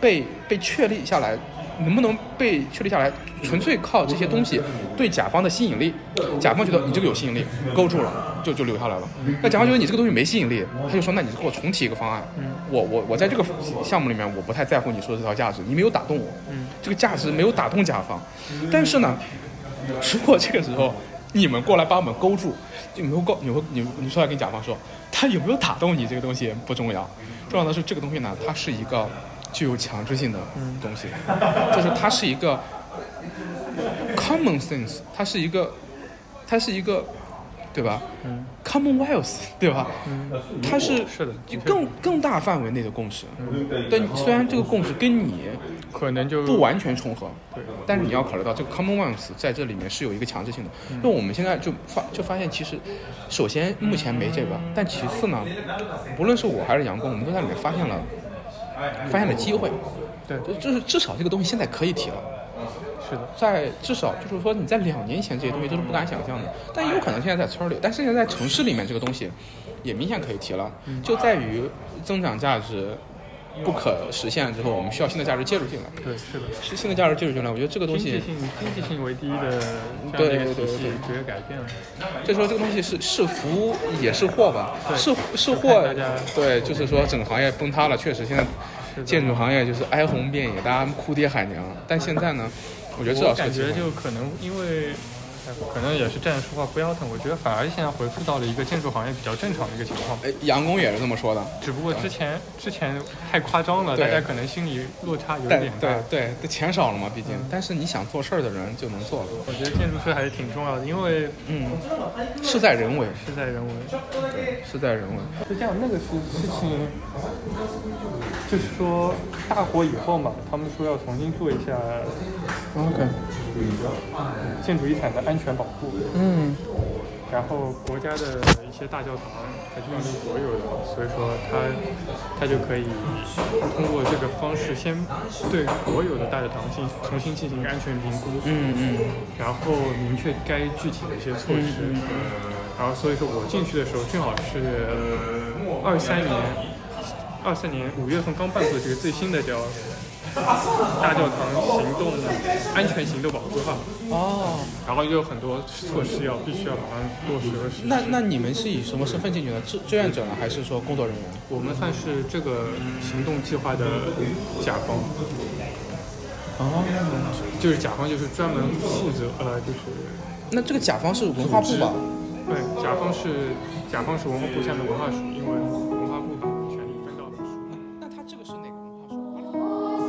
Speaker 1: 被被确立下来，能不能被确立下来，纯粹靠这些东西对甲方的吸引力。甲方觉得你这个有吸引力，勾住了，就就留下来了。那甲方觉得你这个东西没吸引力，他就说那你给我重提一个方案。我我我在这个项目里面，我不太在乎你说的这条价值，你没有打动我。这个价值没有打动甲方，但是呢，如果这个时候你们过来把我们勾住，就你会告你会你你出来跟甲方说，他有没有打动你这个东西不重要，重要的是这个东西呢，它是一个具有强制性的东西，就是它是一个 common sense，它是一个它是一个对吧、
Speaker 2: 嗯
Speaker 1: c o m m o n wealth 对吧？它是
Speaker 2: 是的，嗯
Speaker 1: 就更更大范围内的共识，但虽然这个共识跟你
Speaker 2: 可能就
Speaker 1: 不完全重合，
Speaker 2: 嗯对
Speaker 1: 但是你要考虑到这个 Commonwealth 在这里面是有一个强制性的。
Speaker 2: 嗯
Speaker 1: 那、我们现在就发就发现，其实首先目前没这个，但其次呢，不论是我还是杨工，我们都在里面发现了发现了机会。
Speaker 2: 对
Speaker 1: 就就是至少这个东西现在可以提了，
Speaker 2: 是的，
Speaker 1: 在至少就是说你在两年前这些东西都是不敢想象的，但也有可能现在在村儿里，但是现在在城市里面这个东西也明显可以提了，
Speaker 2: 嗯
Speaker 1: 就在于增长价值不可实现之后，我们需要新的价值介入进来。
Speaker 2: 对是的。
Speaker 1: 是新的价值介入进来，我觉得这个东
Speaker 2: 经济
Speaker 1: 西，
Speaker 2: 性经济性为第一的这
Speaker 1: 对
Speaker 2: 样的一
Speaker 1: 对
Speaker 2: 个体
Speaker 1: 对
Speaker 2: 系
Speaker 1: 对
Speaker 2: 直接改变了。
Speaker 1: 这时候这个东西是是福也是祸吧，
Speaker 2: 对
Speaker 1: 是是
Speaker 2: 就
Speaker 1: 祸
Speaker 2: 看大家，
Speaker 1: 对，就是说整个行业崩塌了，确实现在
Speaker 2: 是的
Speaker 1: 建筑行业就是哀鸿遍野，大家哭爹喊娘。但现在呢，我觉得至少
Speaker 2: 我
Speaker 1: 是
Speaker 2: 感
Speaker 1: 个机
Speaker 2: 觉
Speaker 1: 会
Speaker 2: 就可能因为。哎可能也是站着说话不腰疼，我觉得反而现在回复到了一个建筑行业比较正常的一个情况，
Speaker 1: 哎，杨工也是这么说的，
Speaker 2: 只不过之前之前太夸张
Speaker 1: 嗯
Speaker 2: 了，
Speaker 1: 对
Speaker 2: 大家可能心理落差有
Speaker 1: 但
Speaker 2: 点大嗯
Speaker 1: 对。对，这钱少了嘛，毕竟，但是你想做事儿的人就能做了，
Speaker 2: 我觉得建筑师还是挺重要的，因为
Speaker 1: 嗯，事在人为，
Speaker 2: 事在人为。
Speaker 1: 事在人为。
Speaker 2: 就这样，那个事事情，就是说大火以后嘛，他们说要重新做一下
Speaker 1: OK，
Speaker 2: 建筑遗产的安全保护，
Speaker 1: 嗯，
Speaker 2: 然后国家的一些大教堂，它是用于国有的，所以说它它就可以通过这个方式先对国有的大教堂进重新进行一个安全评估，
Speaker 1: 嗯嗯，
Speaker 2: 然后明确该具体的一些措施。呃然后所以说我进去的时候正好是呃二三年，二三年五月份刚办出的这个最新的叫大教堂行动安全行动保护法，
Speaker 1: 哦，
Speaker 2: 然后又有很多措施要必须要把它落实和实施。
Speaker 1: 那那你们是以什么身份进去的？志志愿者呢，还是说工作人员？
Speaker 2: 我们算是这个行动计划的甲方，嗯
Speaker 1: 哦，
Speaker 2: 就是甲方就是专门负责呃就是
Speaker 1: 那这个甲方是文化部吧？
Speaker 2: 对，甲方是甲方是文化部下面文化署，因为文化部把权力分到了署。
Speaker 1: 那他这个是哪个文化署？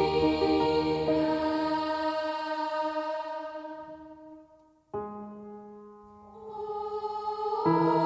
Speaker 4: Oh